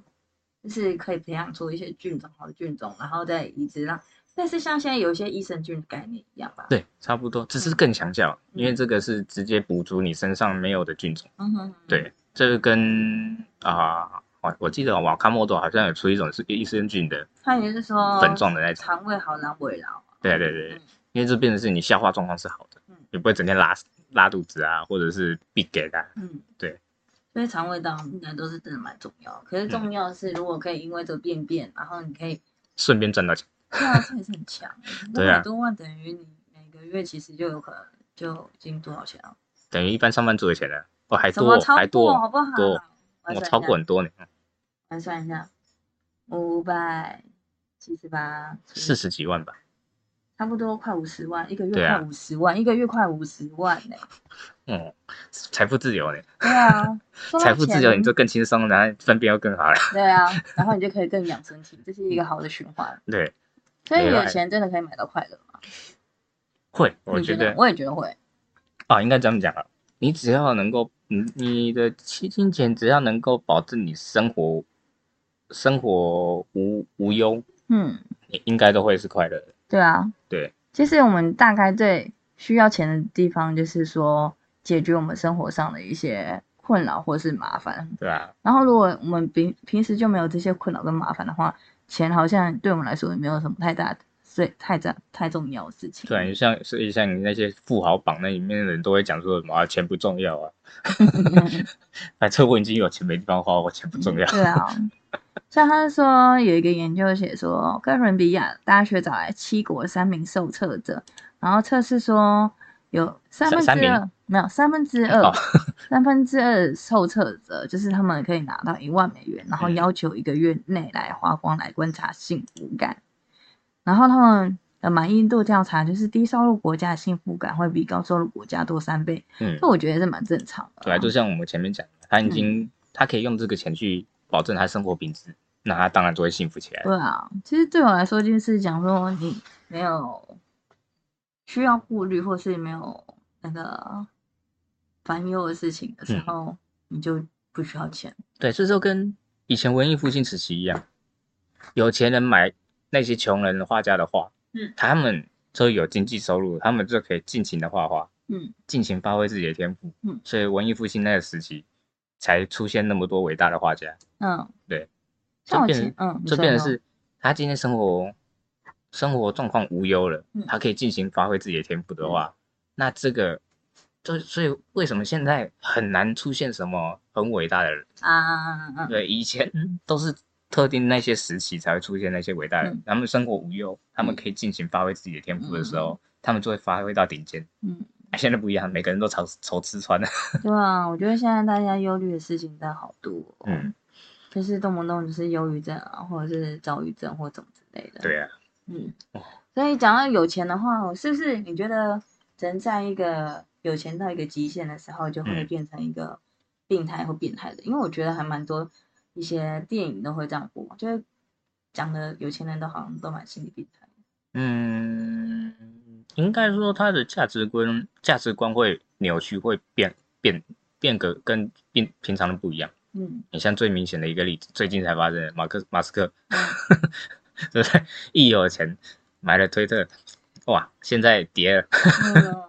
B: 就是可以培养出一些菌种好的菌种，然后再移植让，但是像现在有一些益生菌的概念一样吧。
C: 对，差不多，只是更强效，
B: 嗯
C: 因为这个是直接补足你身上没有的菌种。
B: 嗯哼，
C: 对，这个跟啊，我、我记得瓦卡莫多好像有出一种是益生菌的
B: 他也是说
C: 粉状的那种，
B: 肠胃好难为劳。
C: 对对对，
B: 哦嗯
C: 因为这变成是你消化状况是好的
B: 嗯，
C: 你不会整天拉拉肚子啊，或者是闭给啊。
B: 嗯，
C: 对。
B: 所以肠胃道应该都是真的蛮重要的，可是重要的是，如果可以因为这个便便，然后你可以，
C: 顺便赚到钱。
B: 对啊，这也是很强。
C: 对
B: 那
C: 啊
B: 百多万等于你每个月其实就有可能就已经多少钱了？
C: 等于一般上班族的钱了，哦，还
B: 怎么
C: 多，
B: 超
C: 还
B: 过
C: 多，
B: 好不好？
C: 多
B: 我
C: 我
B: 算一
C: 超
B: 下
C: 过很多呢，
B: 来算一下，五百七十八，
C: 四，十几万吧。
B: 差不多快五十万，一个月
C: 对
B: 快
C: 啊
B: 五十万，一个月快五十万 呢、
C: 嗯，财富自由呢，
B: 对啊，说到
C: 财富自由
B: 钱
C: 你就更轻松，然后分辨又更好了。
B: 对啊，然后你就可以更养身体，这是一个好的循环。
C: 对，
B: 所以
C: 没
B: 有
C: 来
B: 钱真的可以买到快乐吗？
C: 会，我
B: 你
C: 觉
B: 觉
C: 得
B: 我也觉得会。
C: 啊，应该这么讲啊，你只要能够，嗯，你的金金钱只要能够保证你生活生活无无忧，
B: 嗯，
C: 你应该都会是快乐的。
B: 对啊。
C: 对，
B: 其实我们大概最需要钱的地方，就是说解决我们生活上的一些困扰或是麻烦。
C: 对吧？
B: 然后，如果我们平平时就没有这些困扰跟麻烦的话，钱好像对我们来说也没有什么太大的，所以太大太重要的事情。
C: 对啊，你像所以像你那些富豪榜那里面的人都会讲说什么啊，钱不重要啊， 反正我已经有钱没地方花，我钱不重要。
B: 对啊，像他说有一个研究写说，哥伦比亚大学找来七国三名受测者，然后测试说有三分
C: 三三
B: 之
C: 名
B: 二没有三分之二
C: 哦，
B: 三分之二受测者就是他们可以拿到一万美元，然后
C: 嗯
B: 要求一个月内来花光来观察幸福感。然后他们的满意度调查就是低收入国家的幸福感会比高收入国家多三倍，
C: 嗯，
B: 这我觉得是蛮正常的
C: 对
B: 啦。
C: 啊，就像我们前面讲的，他已经、他可以用这个钱去保证他生活品质，那他当然就会幸福起来。
B: 对啊，其实对我来说就是讲说你没有需要顾虑，或是没有那个烦忧的事情的时
C: 嗯
B: 候，你就不需要钱。
C: 对，这就跟以前文艺复兴时期一样，有钱人买那些穷人画家的画，
B: 嗯
C: 他们就有经济收入，他们就可以尽情的画画，
B: 嗯，
C: 尽情发挥自己的天赋。
B: 嗯
C: 所以文艺复兴那个时期才出现那么多伟大的画家，
B: 嗯，
C: 对，
B: 像我
C: 就变
B: 前嗯，你
C: 就
B: 说
C: 变成
B: 说
C: 是他今天生活生活状况无忧了
B: 嗯，
C: 他可以尽情发挥自己的天赋的话，那这个就所以为什么现在很难出现什么很伟大的人？
B: 啊，嗯嗯嗯
C: 对，以前都是特定那些时期才会出现那些伟大的人，
B: 嗯
C: 他们生活无忧，他们可以尽情发挥自己的天赋的时候，他们就会发挥到顶尖。
B: 嗯
C: 啊现在不一样，每个人都愁愁吃穿了。
B: 对啊，我觉得现在大家忧虑的事情真的好多、哦。
C: 嗯，
B: 就是动不动就是忧郁症啊，或者是躁郁症或怎么之类的。，
C: 对啊，
B: 嗯
C: 哦，
B: 所以讲到有钱的话，哦我是不是你觉得人在一个有钱到一个极限的时候，就会
C: 嗯
B: 变成一个病态或变态的？因为我觉得还蛮多一些电影都会这样播，就是讲的有钱人都好像都蛮心理病态的。
C: 嗯，应该说他的价值观价值观会扭曲，会变变变个跟平平常的不一样。
B: 嗯，
C: 你像最明显的一个例子，最近才发生的马克马斯克
B: 嗯，
C: 对不对？一有钱买了推特，哇，现在跌了。
B: 嗯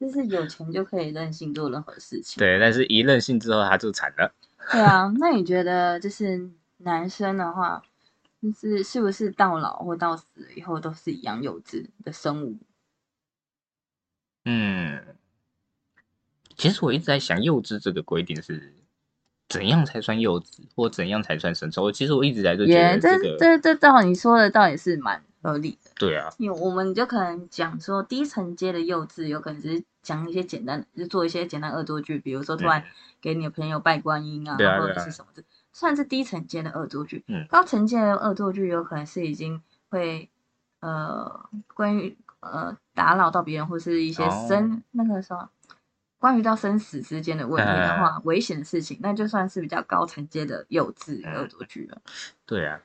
B: 就是有钱就可以任性做任何事情。
C: 对，但是一任性之后他就惨了。
B: 对啊，那你觉得就是男生的话，就是是不是到老或到死以后都是一样幼稚的生物？
C: 嗯，其实我一直在想，幼稚这个规定是怎样才算幼稚，或怎样才算成熟？其实我一直来就觉
B: 也
C: 得
B: 这
C: 个，
B: 这这倒你说的倒也是蛮合理的，
C: 对啊，
B: 因为我们就可能讲说低层阶的幼稚，有可能只是讲一些简单，就做一些简单恶作剧，比如说突然
C: 嗯
B: 给你的朋友拜观音啊，
C: 对啊
B: 或
C: 对
B: 者
C: 啊
B: 是什么的，算是低层阶的恶作剧。
C: 嗯
B: 高层阶的恶作剧有可能是已经会呃关于呃打扰到别人，或是一些
C: 哦
B: 生、那个什么。关于到生死之间的问题
C: 哎
B: 的话，危险的事情，那就算是比较高层阶的幼稚
C: 嗯
B: 恶作剧了。
C: 对啊，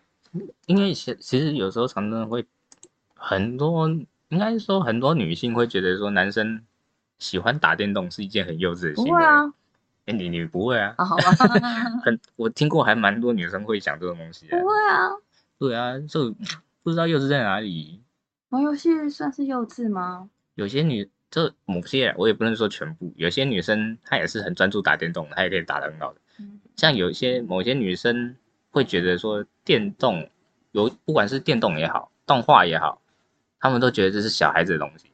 C: 因为其其实有时候常常会很多，应该说很多女性会觉得说男生喜欢打电动是一件很幼稚的
B: 不
C: 行
B: 会
C: 为。
B: 啊，
C: 哎，你你不会啊？
B: 啊，好吧。
C: 很，我听过还蛮多女生会讲这种东西的。
B: 不会啊，
C: 对啊，就不知道幼稚在哪里。
B: 玩游戏算是幼稚吗？
C: 有些女，就某些啊，我也不能说全部，有些女生她也是很专注打电动的，她也可以打得很好的。
B: 嗯
C: 像有一些某些女生会觉得说，电动有不管是电动也好，动画也好，她们都觉得这是小孩子的东西。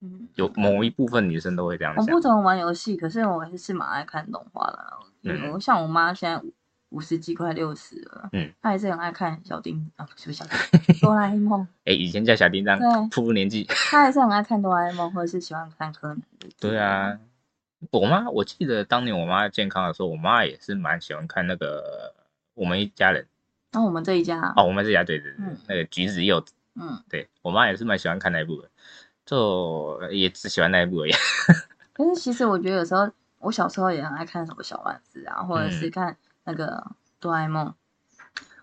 B: 嗯，
C: 有某一部分女生都会这样
B: 我
C: 想
B: 不。怎么玩游戏，可是我还是蛮爱看动画的啊。
C: 嗯
B: 我像我妈现在五十几快六十了，
C: 嗯，
B: 她还是很爱看小叮啊，不是小 叮哆啦 A 梦，
C: 哎、以前叫小叮当
B: 对，
C: 步入年纪。
B: 她还是很爱看哆啦 A 梦，或者是喜欢看柯南。
C: 对，啊，我妈，我记得当年我妈健康的时候，我妈也是蛮喜欢看那个我们一家人
B: 那我们这一家，
C: 哦，我们这家对对对，
B: 嗯
C: 那个橘子柚子，
B: 嗯，
C: 对我妈也是蛮喜欢看那一部的，就也只喜欢那一部而已。
B: 可是其实我觉得有时候我小时候也很爱看什么小丸子啊，或者是
C: 嗯
B: 看那个哆啦 A 梦。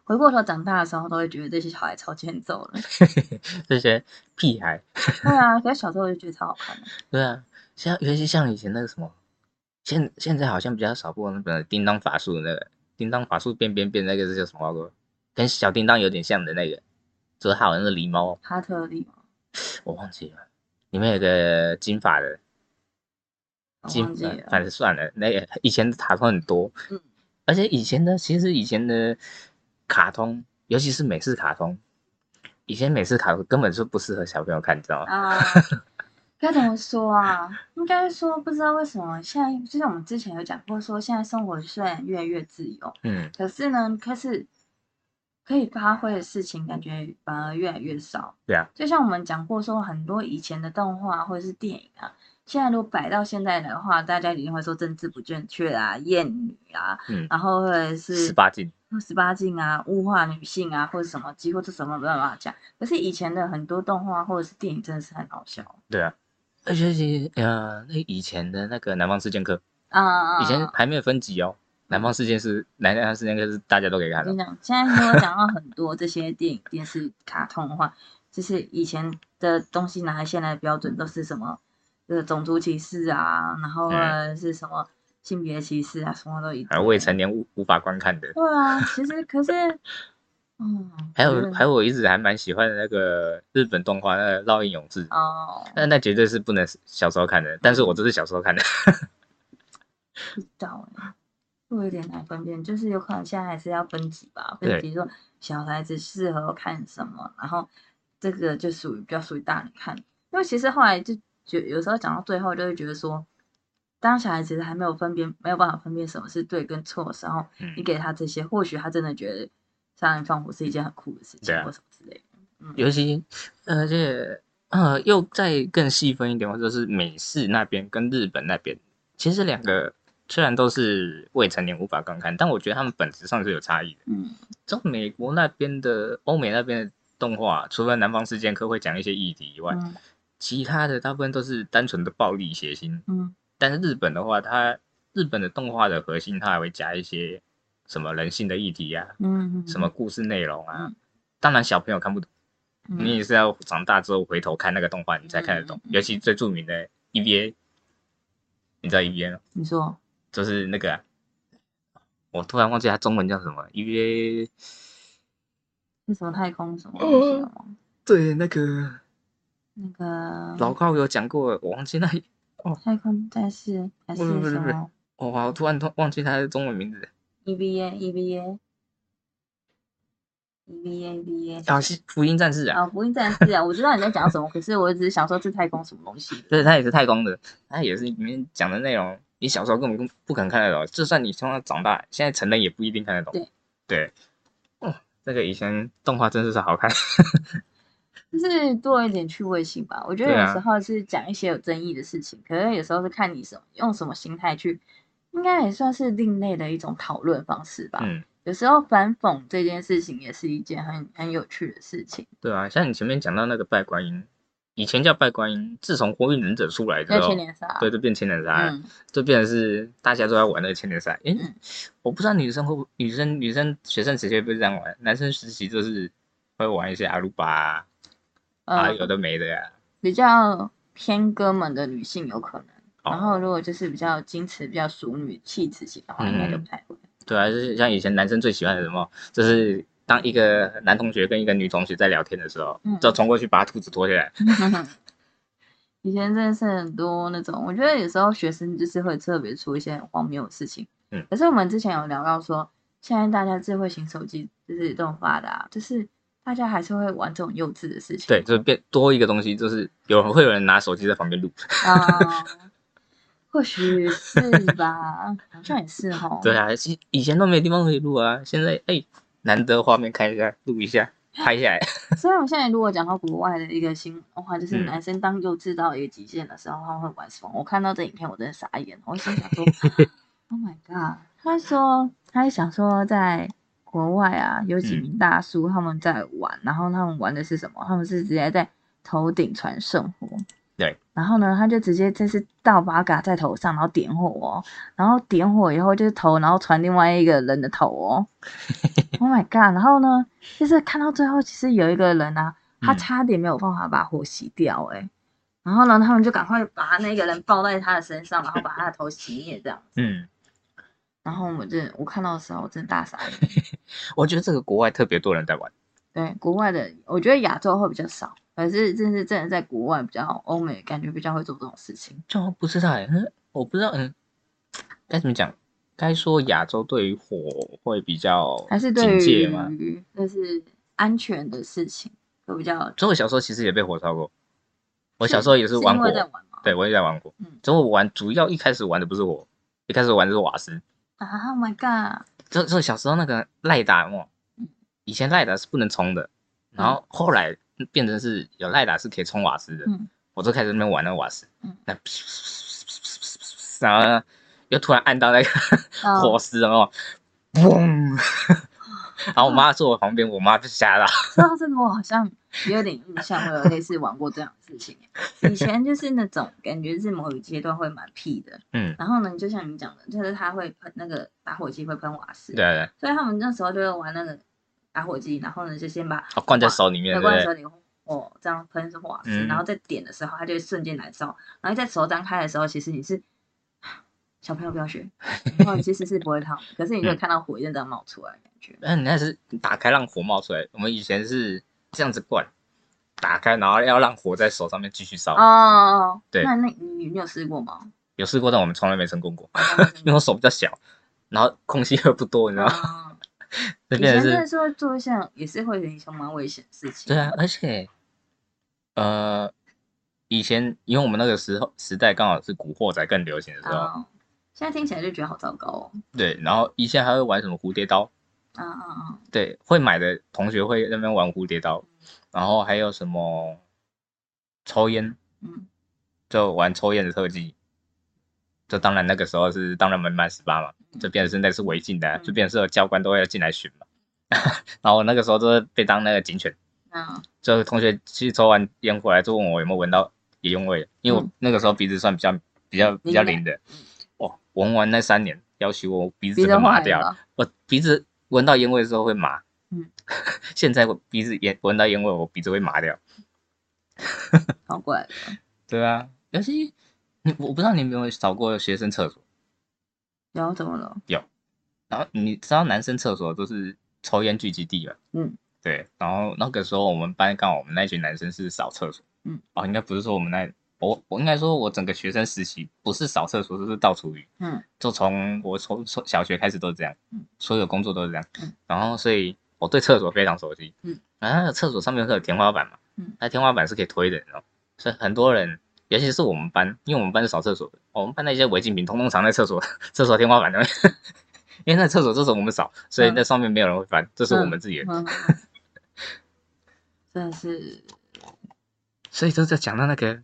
B: 回过头长大的时候，都会觉得这些小孩超欠揍的。
C: 这些屁孩，
B: 对啊，可是小时候我就觉得超好看的。
C: 对啊，像尤其像以前那个什么，现现在好像比较少播那个叮当法术的那个叮当法术变变变那个是叫什么来着？跟小叮当有点像的那个，折好像是狸猫，
B: 哈特利吗？
C: 我忘记了，里面有个金发的。
B: 我
C: 金
B: 忘记
C: 呃
B: 了。
C: 反正算了，那个以前的卡通很多，
B: 嗯
C: 而且以前的其实以前的卡通，尤其是美式卡通，以前美式卡通根本就不适合小朋友看，你知道吗？
B: 啊，该怎么说啊？应该说不知道为什么现在，就像我们之前有讲过说现在生活虽然越来越自由，
C: 嗯，
B: 可是呢，开始可以发挥的事情感觉反而越来越少。
C: 对啊，
B: 就像我们讲过说，很多以前的动画或者是电影啊，现在如果摆到现在的话，大家一定会说政治不正确啊、厌女啊，
C: 嗯
B: 然后或者是
C: 十八禁，
B: 十八禁啊、物化女性啊，或者什么，几乎都什么没办法讲。可是以前的很多动画或者是电影真的是很好笑
C: 对啊，而且是呃，那以前的那个南方四剑客，
B: 啊。嗯
C: 以前还没有分级哦，南方四剑是南方四剑客是大家都可以
B: 我
C: 看
B: 跟
C: 的
B: 你，讲，现在如果讲到很多这些电影、电视、卡通的话，就是以前的东西拿来现在的标准都是什么，呃，种族歧视啊，然后
C: 嗯
B: 或者是什么性别歧视啊，什么都一
C: 还
B: 堆。
C: 有未成年无无法观看的，
B: 对啊，其实可是，嗯，
C: 还
B: 我觉
C: 有
B: 得
C: 还有我一直还蛮喜欢的那个日本动画那个《烙印勇士》
B: 哦，
C: 那那绝对是不能小时候看的，但是我这是小时候看的。
B: 不知道哎、欸，会有点难分辨，就是有可能现在还是要分级吧，分
C: 对
B: 级说小孩子适合看什么，然后这个就属于比较属于大人看，因为其实后来就觉有时候讲到最后就会觉得说，当小孩子还没有分辨，没有办法分辨什么是对跟错的时候，
C: 嗯
B: 你给他这些，或许他真的觉得杀人放火是一件很酷的事情，
C: 对啊
B: 或什么之类的。嗯，
C: 尤其而且呃，又再更细分一点，或者是美式那边跟日本那边，其实两个虽然都是未成年无法观看，但我觉得他们本质上是有差异的。
B: 嗯，
C: 像美国那边的、欧美那边的动画，除了南方四剑客会讲一些议题以外，
B: 嗯
C: 其他的大部分都是单纯的暴力血腥。
B: 嗯
C: 但是日本的话，它日本的动画的核心，它还会加一些什么人性的议题啊，
B: 嗯，
C: 什么故事内容啊。
B: 嗯
C: 当然，小朋友看不懂，
B: 嗯？
C: 你也是要长大之后回头看那个动画，你才看得懂。
B: 嗯
C: 尤其最著名的 EVA，你知道 EVA 吗？
B: 你说
C: 就是那个啊、我突然忘记它中文叫什么 EVA。
B: 是什么太空什么东西了
C: 哦
B: 吗？
C: 对，那个
B: 那个
C: 老高有讲过，我忘记那，
B: 太空战士还是
C: 不是不是
B: 什
C: 不是
B: 么
C: 我我突然忘记他的中文名字。
B: EVA EVA EVA EVA
C: 啊，是福音战士啊，
B: 啊，福音战士啊，我知道你在讲什么，可是我只是想说这太空什么东西。
C: 对，他也是太空的，他也是里面讲的内容，你小时候根本不可能看得懂，就算你从小长大，现在成人也不一定看得懂。对，哦，那个以前动画真的是好看。
B: 就是多一点趣味性吧。我觉得
C: 对
B: 有
C: 啊
B: 时候是讲一些有争议的事情，可是有时候是看你什么用什么心态去，应该也算是另类的一种讨论方式吧。
C: 嗯，
B: 有时候反讽这件事情也是一件很很有趣的事情，
C: 对啊，像你前面讲到那个拜观音，以前叫拜观音，自从火影忍者出来之
B: 叫
C: 后
B: 千，年杀。
C: 对，就变千年杀了。
B: 嗯，
C: 就变成是大家都在玩那个千年赛。诶、
B: 嗯
C: 我不知道女生会不女生女生学生时期会不会这样玩，男生时期就是会玩一些阿鲁巴啊，啊
B: 呃，
C: 有的没的呀、
B: 比较偏哥们的女性有可能。然
C: 哦，
B: 后，如果就是比较矜持、比较淑女气质型的话，应该就
C: 嗯
B: 不太会。
C: 对啊，就是像以前男生最喜欢的什么，就是当一个男同学跟一个女同学在聊天的时候，
B: 嗯
C: 就冲过去把他裤子脱下来。
B: 以前真的是很多那种，我觉得有时候学生就是会特别出一些很荒谬的事情。
C: 嗯，
B: 可是我们之前有聊到说，现在大家智慧型手机就是这种发达，就是大家还是会玩这种幼稚的事情。
C: 对，就是变多一个东西，就是有人会有人拿手机在旁边录。
B: 啊、或许是吧，好像也是哦。
C: 对啊，以以前都没有地方可以录啊，现在哎、难得画面看一下，录一下，拍下来。
B: 所以我们现在如果讲到国外的一个新闻的话，就是
C: 嗯
B: 男生当幼稚到一个极限的时候，他会玩什么？我看到这影片，我真的傻眼，我心想 说，Oh my god！他说，他想说，在国外啊，有几
C: 嗯
B: 名大叔他们在玩，然后他们玩的是什么？他们是直接在头顶传圣火。
C: 对。
B: 然后呢，他就直接这是倒把嘎在头上，然后点火哦，然后点火以后就是头，然后传另外一个人的头 哦。Oh my god！然后呢，就是看到最后，其实有一个人啊，他
C: 嗯
B: 差点没有办法把火熄掉、欸，哎、然后呢，他们就赶快把那个人抱在他的身上，然后把他的头熄灭这样。
C: 嗯，
B: 然后我们真的，我看到的时候，我真的大傻 眼。
C: 我觉得这个国外特别多人在玩。
B: 对，国外的，我觉得亚洲会比较少，可是真是真的在国外比较欧美，感觉比较会做这种事情。
C: 就不知道哎、嗯， 我不知道，嗯，该怎么讲？该说亚洲对于火会比较
B: 还是对
C: 警戒吗？
B: 于就是安全的事情会比较。
C: 所以我小时候其实也被火烧过，我
B: 是
C: 小时候也是玩
B: 因
C: 火
B: 为，在玩吗？
C: 对我也在玩过。
B: 嗯
C: 之后我玩主要一开始玩的不是火，一开始玩的是瓦斯。
B: 啊，Oh my god！
C: 就就小时候那个赖打嘛
B: 嗯，
C: 以前赖打是不能冲的，然后后来变成是有赖打是可以冲瓦斯的，
B: 嗯
C: 我就开始那边玩那个瓦斯
B: 嗯，
C: 那然后又突然按到那个
B: 嗯
C: 火石，然后嘣，然后我妈坐我旁边，我妈就吓到，
B: 说到这个，我好像也有点印象，我有类似玩过这样的事 情。以前就是那种感觉是某一阶段会蛮屁的，
C: 嗯，
B: 然后呢，就像你讲的，就是他会喷那个打火机会喷瓦斯，
C: 对，对，
B: 所以他们那时候就会玩那个打火机，然后呢就先把
C: 哦，灌在手里面，
B: 那
C: 对不
B: 罐的时
C: 对？
B: 候你哦这样喷是瓦斯，
C: 嗯
B: 然后再点的时候它就会瞬间燃烧，然后在手张开的时候，其实你是。小朋友不要 学，然后其实是不会烫，可是你就会看到火焰这样冒出来的感觉。
C: 那你那是打开让火冒出来，我们以前是这样子灌，打开然后要让火在手上面继续烧，
B: 哦，
C: 对
B: 那那你你有试过吗？ 哦
C: 有试过，但我们从来没成功过，因为我手比较小，然后空隙 又不多，你知道吗？
B: 嗯，
C: 这
B: 以
C: 变
B: 前
C: 成
B: 真
C: 是
B: 的，是会做一些也是会影响蛮危险的事情。
C: 对啊，，而且，呃，以前因为我们那个时候时代刚好是古惑仔更流行的时候，
B: 嗯，现在听起来就觉得好糟糕哦。
C: 对，然后以前还会玩什么蝴蝶刀，
B: 啊啊啊！
C: 对，会买的同学会在那边玩蝴蝶刀，然后还有什么抽烟，
B: 嗯，
C: 就玩抽烟的特技，就当然那个时候是当然没满十八嘛，就变成是那是违禁的啊、
B: 嗯
C: 就变成是有教官都会进来巡嘛。 然后我那个时候就是被当那个警犬，
B: 嗯
C: 就是同学去抽完烟回来就问我有没有闻到野烟味，因为我
B: 嗯
C: 那个时候鼻子算比较比较比较
B: 敏
C: 灵的，哇，闻完那三年，要求我鼻子
B: 鼻
C: 整
B: 子
C: 个麻
B: 坏
C: 掉，
B: 了，
C: 我鼻子闻到烟味的时候会麻，
B: 嗯，
C: 现在我鼻子也闻到烟味，我鼻子会麻掉。
B: 好怪的。
C: 对啊，尤其你我不知道你有没有扫过学生厕所，
B: 然后怎么了？
C: 然后你知道男生厕所都是抽烟聚集地嘛，
B: 嗯，
C: 对，然后那个时候我们班刚好我们那群男生是扫厕所，
B: 嗯，
C: 哦，应该不是说我们那我我应该说我整个学生时期不是扫厕所就是倒厨余，
B: 嗯
C: 就从我从从小学开始都是这样
B: 嗯，
C: 所有工作都是这样
B: 嗯。
C: 然后，所以我对厕所非常熟悉。
B: 嗯，
C: 然后那个厕所上面是有天花板嘛，
B: 嗯，
C: 那天花板是可以推的，你知道，所以很多人，尤其是我们班，因为我们班是扫厕所的，我们班那些违禁品通通藏在厕所 厕所天花板上面， 因为那厕所就是我们扫，所以
B: 嗯
C: 那上面没有人会翻，这是我们自己的。
B: 嗯， 真的是
C: 所以就是讲到那个，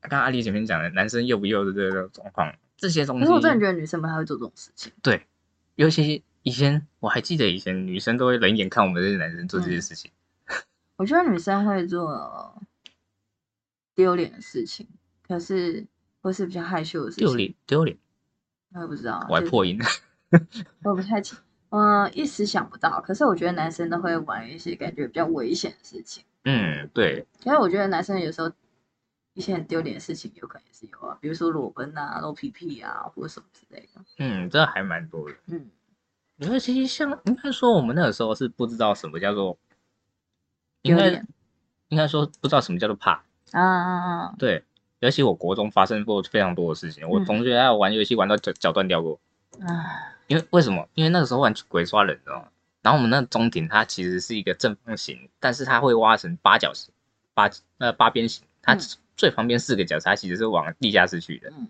C: 刚刚阿丽前面讲的男生幼不幼的这个状况，这些东
B: 可是我真的
C: 西，
B: 觉得女生不太会做这种事情。
C: 对，尤其以前我还记得以前女生都会冷眼看我们这些男生做这些
B: 嗯
C: 事情。
B: 我觉得女生会做丢脸的事情，可是或是比较害羞的事情。
C: 丢，脸丢脸，
B: 我也不知道。啊
C: 我还
B: 就是
C: 破音。
B: 我不太清，嗯，一时想不到。可是我觉得男生都会玩一些感觉比较危险的事情。
C: 嗯，对，
B: 可是我觉得男生有时候一些很丢脸的事情，有可能也是有啊，比如说裸奔啊、露屁屁啊，或者什么之类的。
C: 嗯，这还蛮多的。
B: 嗯，
C: 因为其实像应该说，我们那个时候是不知道什么叫做，应
B: 丢
C: 该
B: 脸
C: 应该说不知道什么叫做怕。
B: 啊啊啊！
C: 对，尤其我国中发生过非常多的事情，我
B: 嗯
C: 同学还有玩游戏玩到脚脚断掉过。
B: 啊唉
C: 因为为什么？因为那个时候玩鬼抓人，你知道吗？然后我们那个中庭它其实是一个正方形，但是它会挖成八角形、八呃八边形，它
B: 嗯
C: 最旁边四个角它其实是往地下室去的。
B: 嗯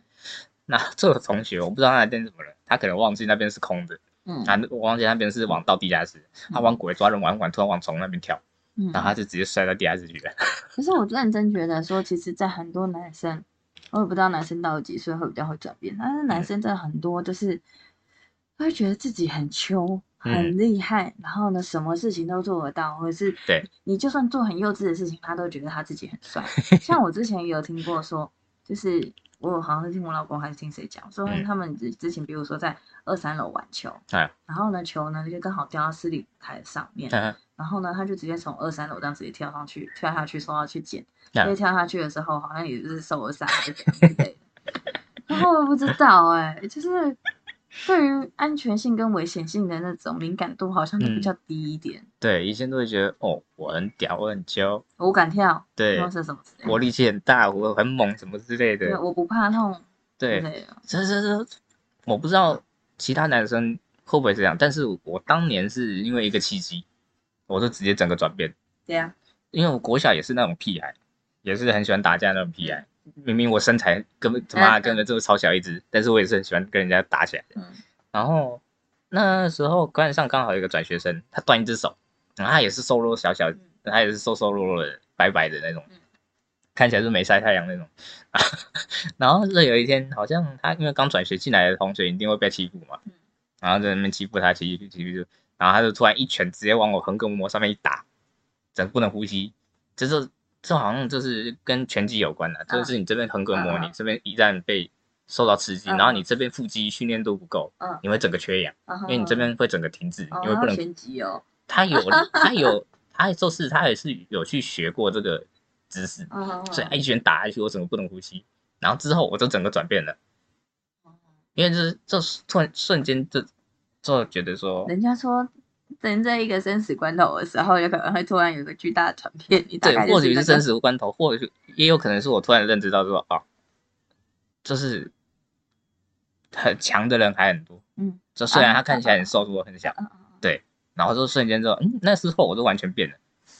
C: 那这个同学我不知道他那边怎么了，他可能忘记那边是空的，
B: 嗯
C: 啊，我忘记那边是往到地下室，他往鬼抓人玩玩，突然往从那边跳，
B: 嗯
C: 然后他就直接摔到地下室去了。
B: 可是我认真觉得说，其实，在很多男生，我也不知道男生到底几岁会比较会转变，但是男
C: 嗯
B: 生真的很多就是，他会觉得自己很秋、很
C: 嗯
B: 厉害，然后呢，什么事情都做得到，或者是
C: 对
B: 你就算做很幼稚的事情，他都觉得他自己很帅。 像我之前也有听过说，就是我好像是听我老公还是听谁讲，说
C: 嗯
B: 他们之之前比如说在二三楼玩球，
C: 哎
B: 然后呢球呢就刚好掉到司令台上面，
C: 嗯
B: 然后呢，他就直接从二三楼这样直接跳上去，跳下去说要去捡，
C: 啊
B: 因为跳下去的时候好像也是受了伤还是怎样之类的。 然后我不知道哎、就是对于安全性跟危险性的那种敏感度好像
C: 嗯
B: 都比较低一点。
C: 对，以前都会觉得哦，我很屌，我很骄傲，
B: 我敢跳，
C: 对
B: 或，是什么之类的
C: 我力气很大，我很猛，什么之类的
B: 对，。我不怕痛之
C: 对，
B: 类的。
C: 这这这，我不知道其他男生会不会这样，但是我当年是因为一个契机，我就直接整个转变。
B: 对啊呀、
C: 因为我国小也是那种屁孩，也是很喜欢打架那种屁孩。明明我身材根本他妈根本就是超小一只，但是我也是很喜欢跟人家打起来的。
B: 嗯
C: 然后那时候班上刚好有一个转学生，他断一只手，然后他也是瘦弱小小，他也是瘦瘦弱弱的、白白的那种
B: 嗯，
C: 看起来是没晒太阳那种。 然后这有一天，好像他因为刚转学进来的同学一定会被欺负嘛
B: 嗯，
C: 然后在那边欺负他，欺负欺负就，然后他就突然一拳直接往我横膈膜上面一打，整个不能呼吸，这是这好像就是跟拳击有关的、就是你这边横膈膜，
B: 嗯嗯
C: 你这边一旦被受到刺激，
B: 嗯
C: 然后你这边腹肌训练度不够，
B: 嗯
C: 你会整个缺氧，
B: 然后
C: 因为你这边会整个停滞，
B: 哦，
C: 因为不
B: 他
C: 能。
B: 拳击哦，
C: 他有他有他就是他也是有去学过这个姿势，
B: 嗯，
C: 所以他一拳打下去，我整个不能呼吸。然后之后我就整个转变了，
B: 哦
C: 因为就是这突然瞬间就就觉得说，
B: 人家说。人在一个生死关头的时候，有可能会突然有一个巨大的转变，你大
C: 对
B: 概，就
C: 或许
B: 那
C: 是
B: 个
C: 生死关头，或许也有可能是我突然认知到说，哦，就是很强的人还很多。
B: 嗯，
C: 就虽然
B: 啊
C: 他看起来很瘦弱很小，
B: 嗯嗯嗯。
C: 然后就瞬间就，嗯，那时候我就完全变了。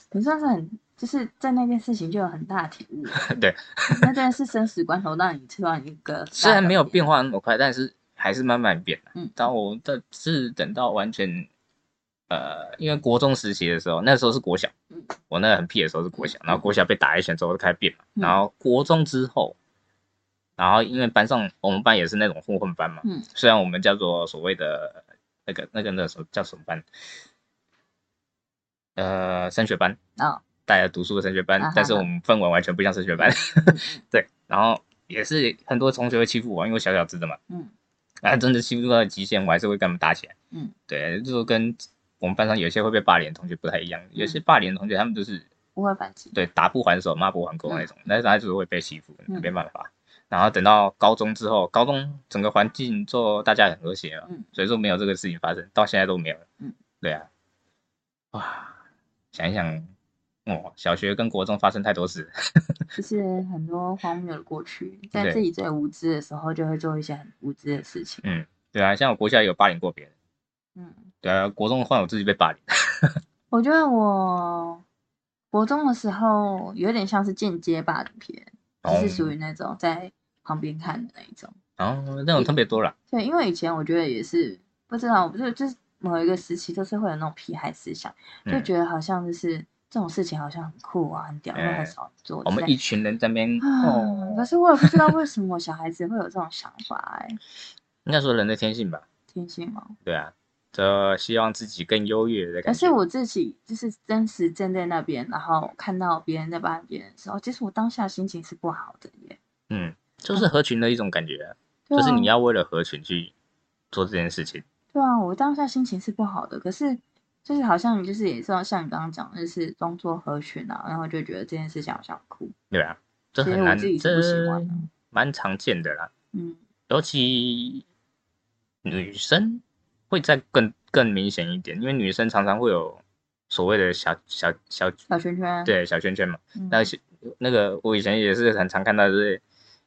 B: 可是那是很，就是在那件事情就有很大的体悟。
C: 对，
B: 那真的是生死关头让你突然一个，
C: 虽然没有，变化那么快，但是还是慢慢变了。
B: 嗯
C: 当我的是等到完全，呃，因为国中时期的时候，那时候是国小
B: 嗯，
C: 我那个很屁的时候是国小，然后国小被打一拳之后就开始变了，
B: 嗯
C: 然后国中之后，然后因为班上我们班也是那种混混班嘛，
B: 嗯，
C: 虽然我们叫做所谓的那个那个那个什么叫什么班，呃，升学班，
B: 哦，
C: 大家读书的升学班，
B: 啊哈嗯
C: 但是
B: 哈
C: 我们氛围完全不像升学班， 对，然后也是很多同学会欺负我，因为我小小只的嘛，
B: 嗯，
C: 啊，真的欺负到极限，我还是会跟他们打起来，
B: 嗯，
C: 对，就是跟我们班上有些会被霸凌的同学不太一样，有
B: 嗯
C: 些霸凌的同学他们就是
B: 不会反击，
C: 对打不还手，骂不还口那种，但是他就是会被欺负，
B: 嗯
C: 没办法。然后等到高中之后，高中整个环境做大家很和谐了，
B: 嗯
C: 所以说没有这个事情发生，到现在都没有了。
B: 嗯，
C: 对啊，哇，想一想，哦，小学跟国中发生太多事，
B: 就是很多荒谬的过去，在
C: 对
B: 自己最无知的时候，就会做一些很无知的事情。
C: 嗯，对啊，像我国校也有霸凌过别人，
B: 嗯，
C: 对啊，国中换我自己被霸凌，
B: 我觉得我国中的时候有点像是间接霸凌别人，就是属
C: 哦
B: 于那种在旁边看的那一种。
C: 然哦后那种特别多了，
B: 对，因为以前我觉得也是不知道，我就就是某一个时期，就是会有那种屁孩思想，就
C: 嗯
B: 觉得好像就是这种事情好像很酷啊，很屌，又
C: 哎
B: 很少做之
C: 我
B: 类的。
C: 们一群人在那边，
B: 啊，可
C: 哦，
B: 是我也不知道 为什么小孩子会有这种想法、哎，
C: 应该说人的天性吧，
B: 天性嘛。
C: 对啊，这希望自己更优越的
B: 可
C: 感觉。
B: 是我自己就是真实站在那边，然后看到别人在帮别人的时候，其实我当下心情是不好的耶。
C: 嗯，就是合群的一种感觉啊、
B: 对
C: 就是
B: 啊
C: 你要为了合群去做这件事情。
B: 对啊，我当下心情是不好的，可是就是好像就是也是要像你刚刚讲的，就是装作合群啊，然后就觉得这件事情好像很酷。
C: 对啊，这
B: 其实
C: 很
B: 我
C: 难，
B: 自己是
C: 这
B: 不喜欢的
C: 蛮常见的啦，
B: 嗯，
C: 尤其女生会再更更明显一点，因为女生常常会有所谓的小小小
B: 小圈圈，，
C: 对小圈圈嘛。
B: 嗯、
C: 那些那个我以前也是很常看到，就是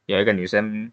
C: 有一个女生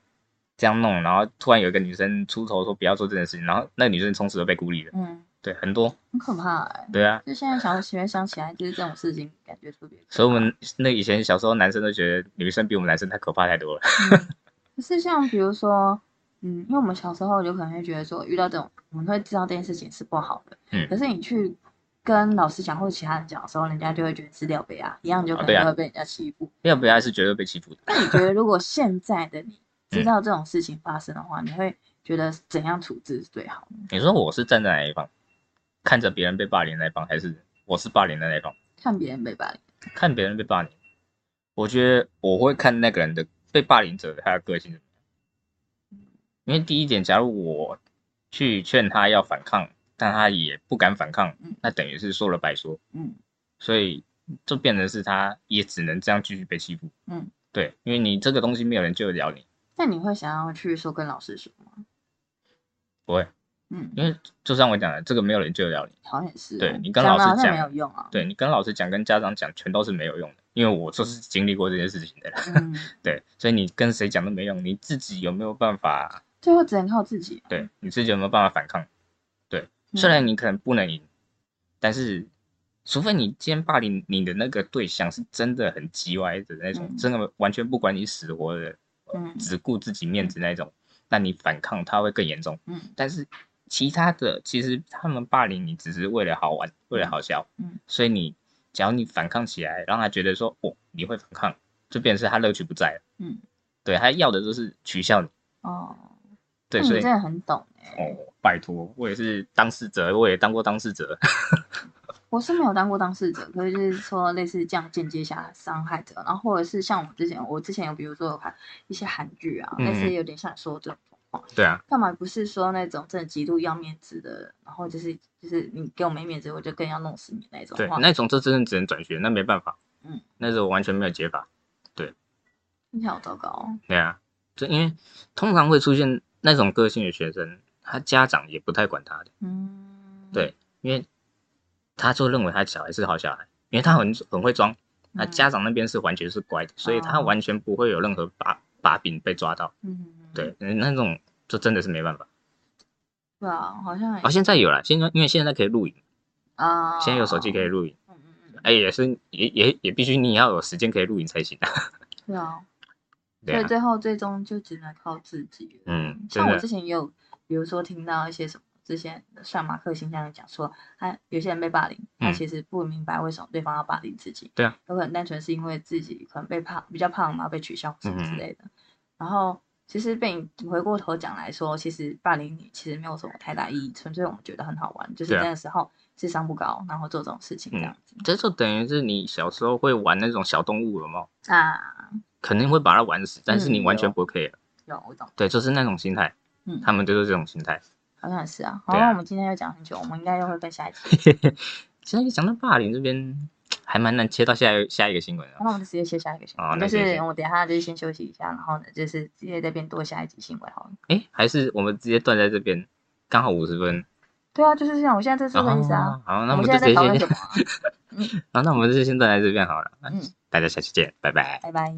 C: 这样弄，然后突然有一个女生出头说不要做这件事情，然后那个女生从此就被孤立了。
B: 嗯，
C: 对，很多，
B: 很可怕哎、
C: 对啊，
B: 就现在想起来想起来，就是这种事情感觉特别可怕。
C: 所以我们那以前小时候男生都觉得女生比我们男生太可怕太多了。
B: 嗯可是像比如说，嗯，因为我们小时候有可能会觉得说，遇到这种，我们会知道这件事情是不好的。
C: 嗯
B: 可是你去跟老师讲或者其他人讲的时候，人家就会觉得是料杯啊，一样就
C: 啊
B: 可能
C: 对啊
B: 就会被人家欺负。
C: 要不然是绝对被欺负的。
B: 那你觉得，如果现在的你
C: 嗯
B: 知道这种事情发生的话，你会觉得怎样处置是最好的？
C: 你说我是站在哪一方，看着别人被霸凌的那一方，还是我是霸凌的那一方？
B: 看别人被霸凌，
C: 看别人被霸凌，我觉得我会看那个人的被霸凌者他的个性怎么样。因为第一点，假如我去劝他要反抗，但他也不敢反抗
B: 嗯，
C: 那等于是说了白说，
B: 嗯
C: 所以就变成是他也只能这样继续被欺负。
B: 嗯。
C: 对，因为你这个东西没有人救得了你，
B: 那你会想要去说跟老师说吗？
C: 不会。
B: 嗯，
C: 因为就像我讲的，这个没有人救得了你。
B: 好像也是哦。
C: 对你跟老师
B: 了好像没
C: 讲
B: 有用啊。
C: 对你跟老师讲、跟家长讲，全都是没有用的，因为我就是经历过这件事情的人。
B: 嗯，
C: 对，所以你跟谁讲都没用，你自己有没有办法？
B: 最后只能靠自己。啊
C: 对，你自己有没有办法反抗？
B: 嗯
C: 虽然你可能不能赢，但是除非你今天霸凌你的那个对象是真的很叽歪的那种，
B: 嗯
C: 真的完全不管你死活的，
B: 嗯
C: 只顾自己面子那种，那你反抗他会更严重。
B: 嗯
C: 但是其他的其实他们霸凌你只是为了好玩，为了好笑，
B: 嗯，
C: 所以你只要你反抗起来，让他觉得说哦你会反抗，就变成是他乐趣不在了，
B: 嗯，
C: 对他要的就是取笑你，
B: 哦，
C: 对，
B: 那
C: 所
B: 你
C: 以
B: 真的很懂哎、
C: 哦拜托，我也是当事者，我也当过当事者，
B: 我是没有当过当事者，可是就是说类似这样间接下来伤害者，然后或者是像我之前，我之前有比如说有看一些韩剧啊，但是
C: 嗯
B: 有点像说这种话，
C: 对啊，
B: 干嘛不是说那种真的极度要面子的，然后就是就是你给我没面子，我就更要弄死你那种
C: 对
B: 话，。
C: 那种这真的只能转学，那没办法，
B: 嗯，
C: 那是我完全没有解法，
B: 听起来好糟糕哦。
C: 对啊，这因为通常会出现那种个性的学生，他家长也不太管他的。
B: 嗯，
C: 对因为他就认为他小孩是好小孩，因为他很很会装，
B: 嗯，哦
C: 那家长那边是完全是乖的，所以他完全不会有任何把把柄被抓到。
B: 嗯，
C: 对，嗯那种就真的是没办法。
B: 对啊，好像也
C: 哦，现在有了，现在因为现在可以录影，
B: 啊，
C: 现在有手机可以，录影，
B: 嗯嗯嗯，
C: 哎，也是也也也必须你要有时间可以录影才行啊。
B: 对啊，
C: 对
B: 所以
C: 啊，
B: 最后最终就只能靠自己了。
C: 嗯，真
B: 像我
C: 的
B: 之，前也有，比如说听到一些什么之前上马克信箱讲说，他有些人被霸凌，他
C: 嗯
B: 其实不明白为什么对方要霸凌自己，
C: 对啊，
B: 有可能单纯是因为自己可能被胖，比较胖，然后被取笑什么之
C: 嗯
B: 类的。然后其实被你回过头讲来说，其实霸凌你其实没有什么太大意义，纯粹我们觉得很好玩，就是
C: 对啊嗯
B: 那个时候智商不高，然后做这种事情这样子、
C: 这就等于是你小时候会玩那种小动物了吗？
B: 啊。
C: 肯定会把它玩死，但是
B: 嗯
C: 你完全
B: 有
C: 不 care。
B: 有我懂，
C: 对，就是那种心态，
B: 嗯，
C: 他们就是这种心态。
B: 好像也是啊。好，
C: 对啊
B: 那我们今天要讲很久，我们应该又会分下一集，
C: 现在讲到霸凌这边，还蛮难切到下一下一个新闻啊。
B: 那我们就直接切下一个新闻。
C: 好那
B: 就
C: 先
B: 是
C: 行
B: 我等一下就是先休息一下，然后呢，就是直接这边多下一集新闻好了。
C: 哎、还是我们直接断在这边，刚好五十分。
B: 对啊，就是这样，我现在这是这个意思啊。
C: 哦好，那
B: 我
C: 我
B: 们
C: 们就
B: 现
C: 直
B: 在在讨论
C: 接
B: 什，
C: 先
B: 么啊？
C: 好，那我们就先断在这边好了。
B: 嗯，
C: 大家下期见，拜拜。
B: 拜拜。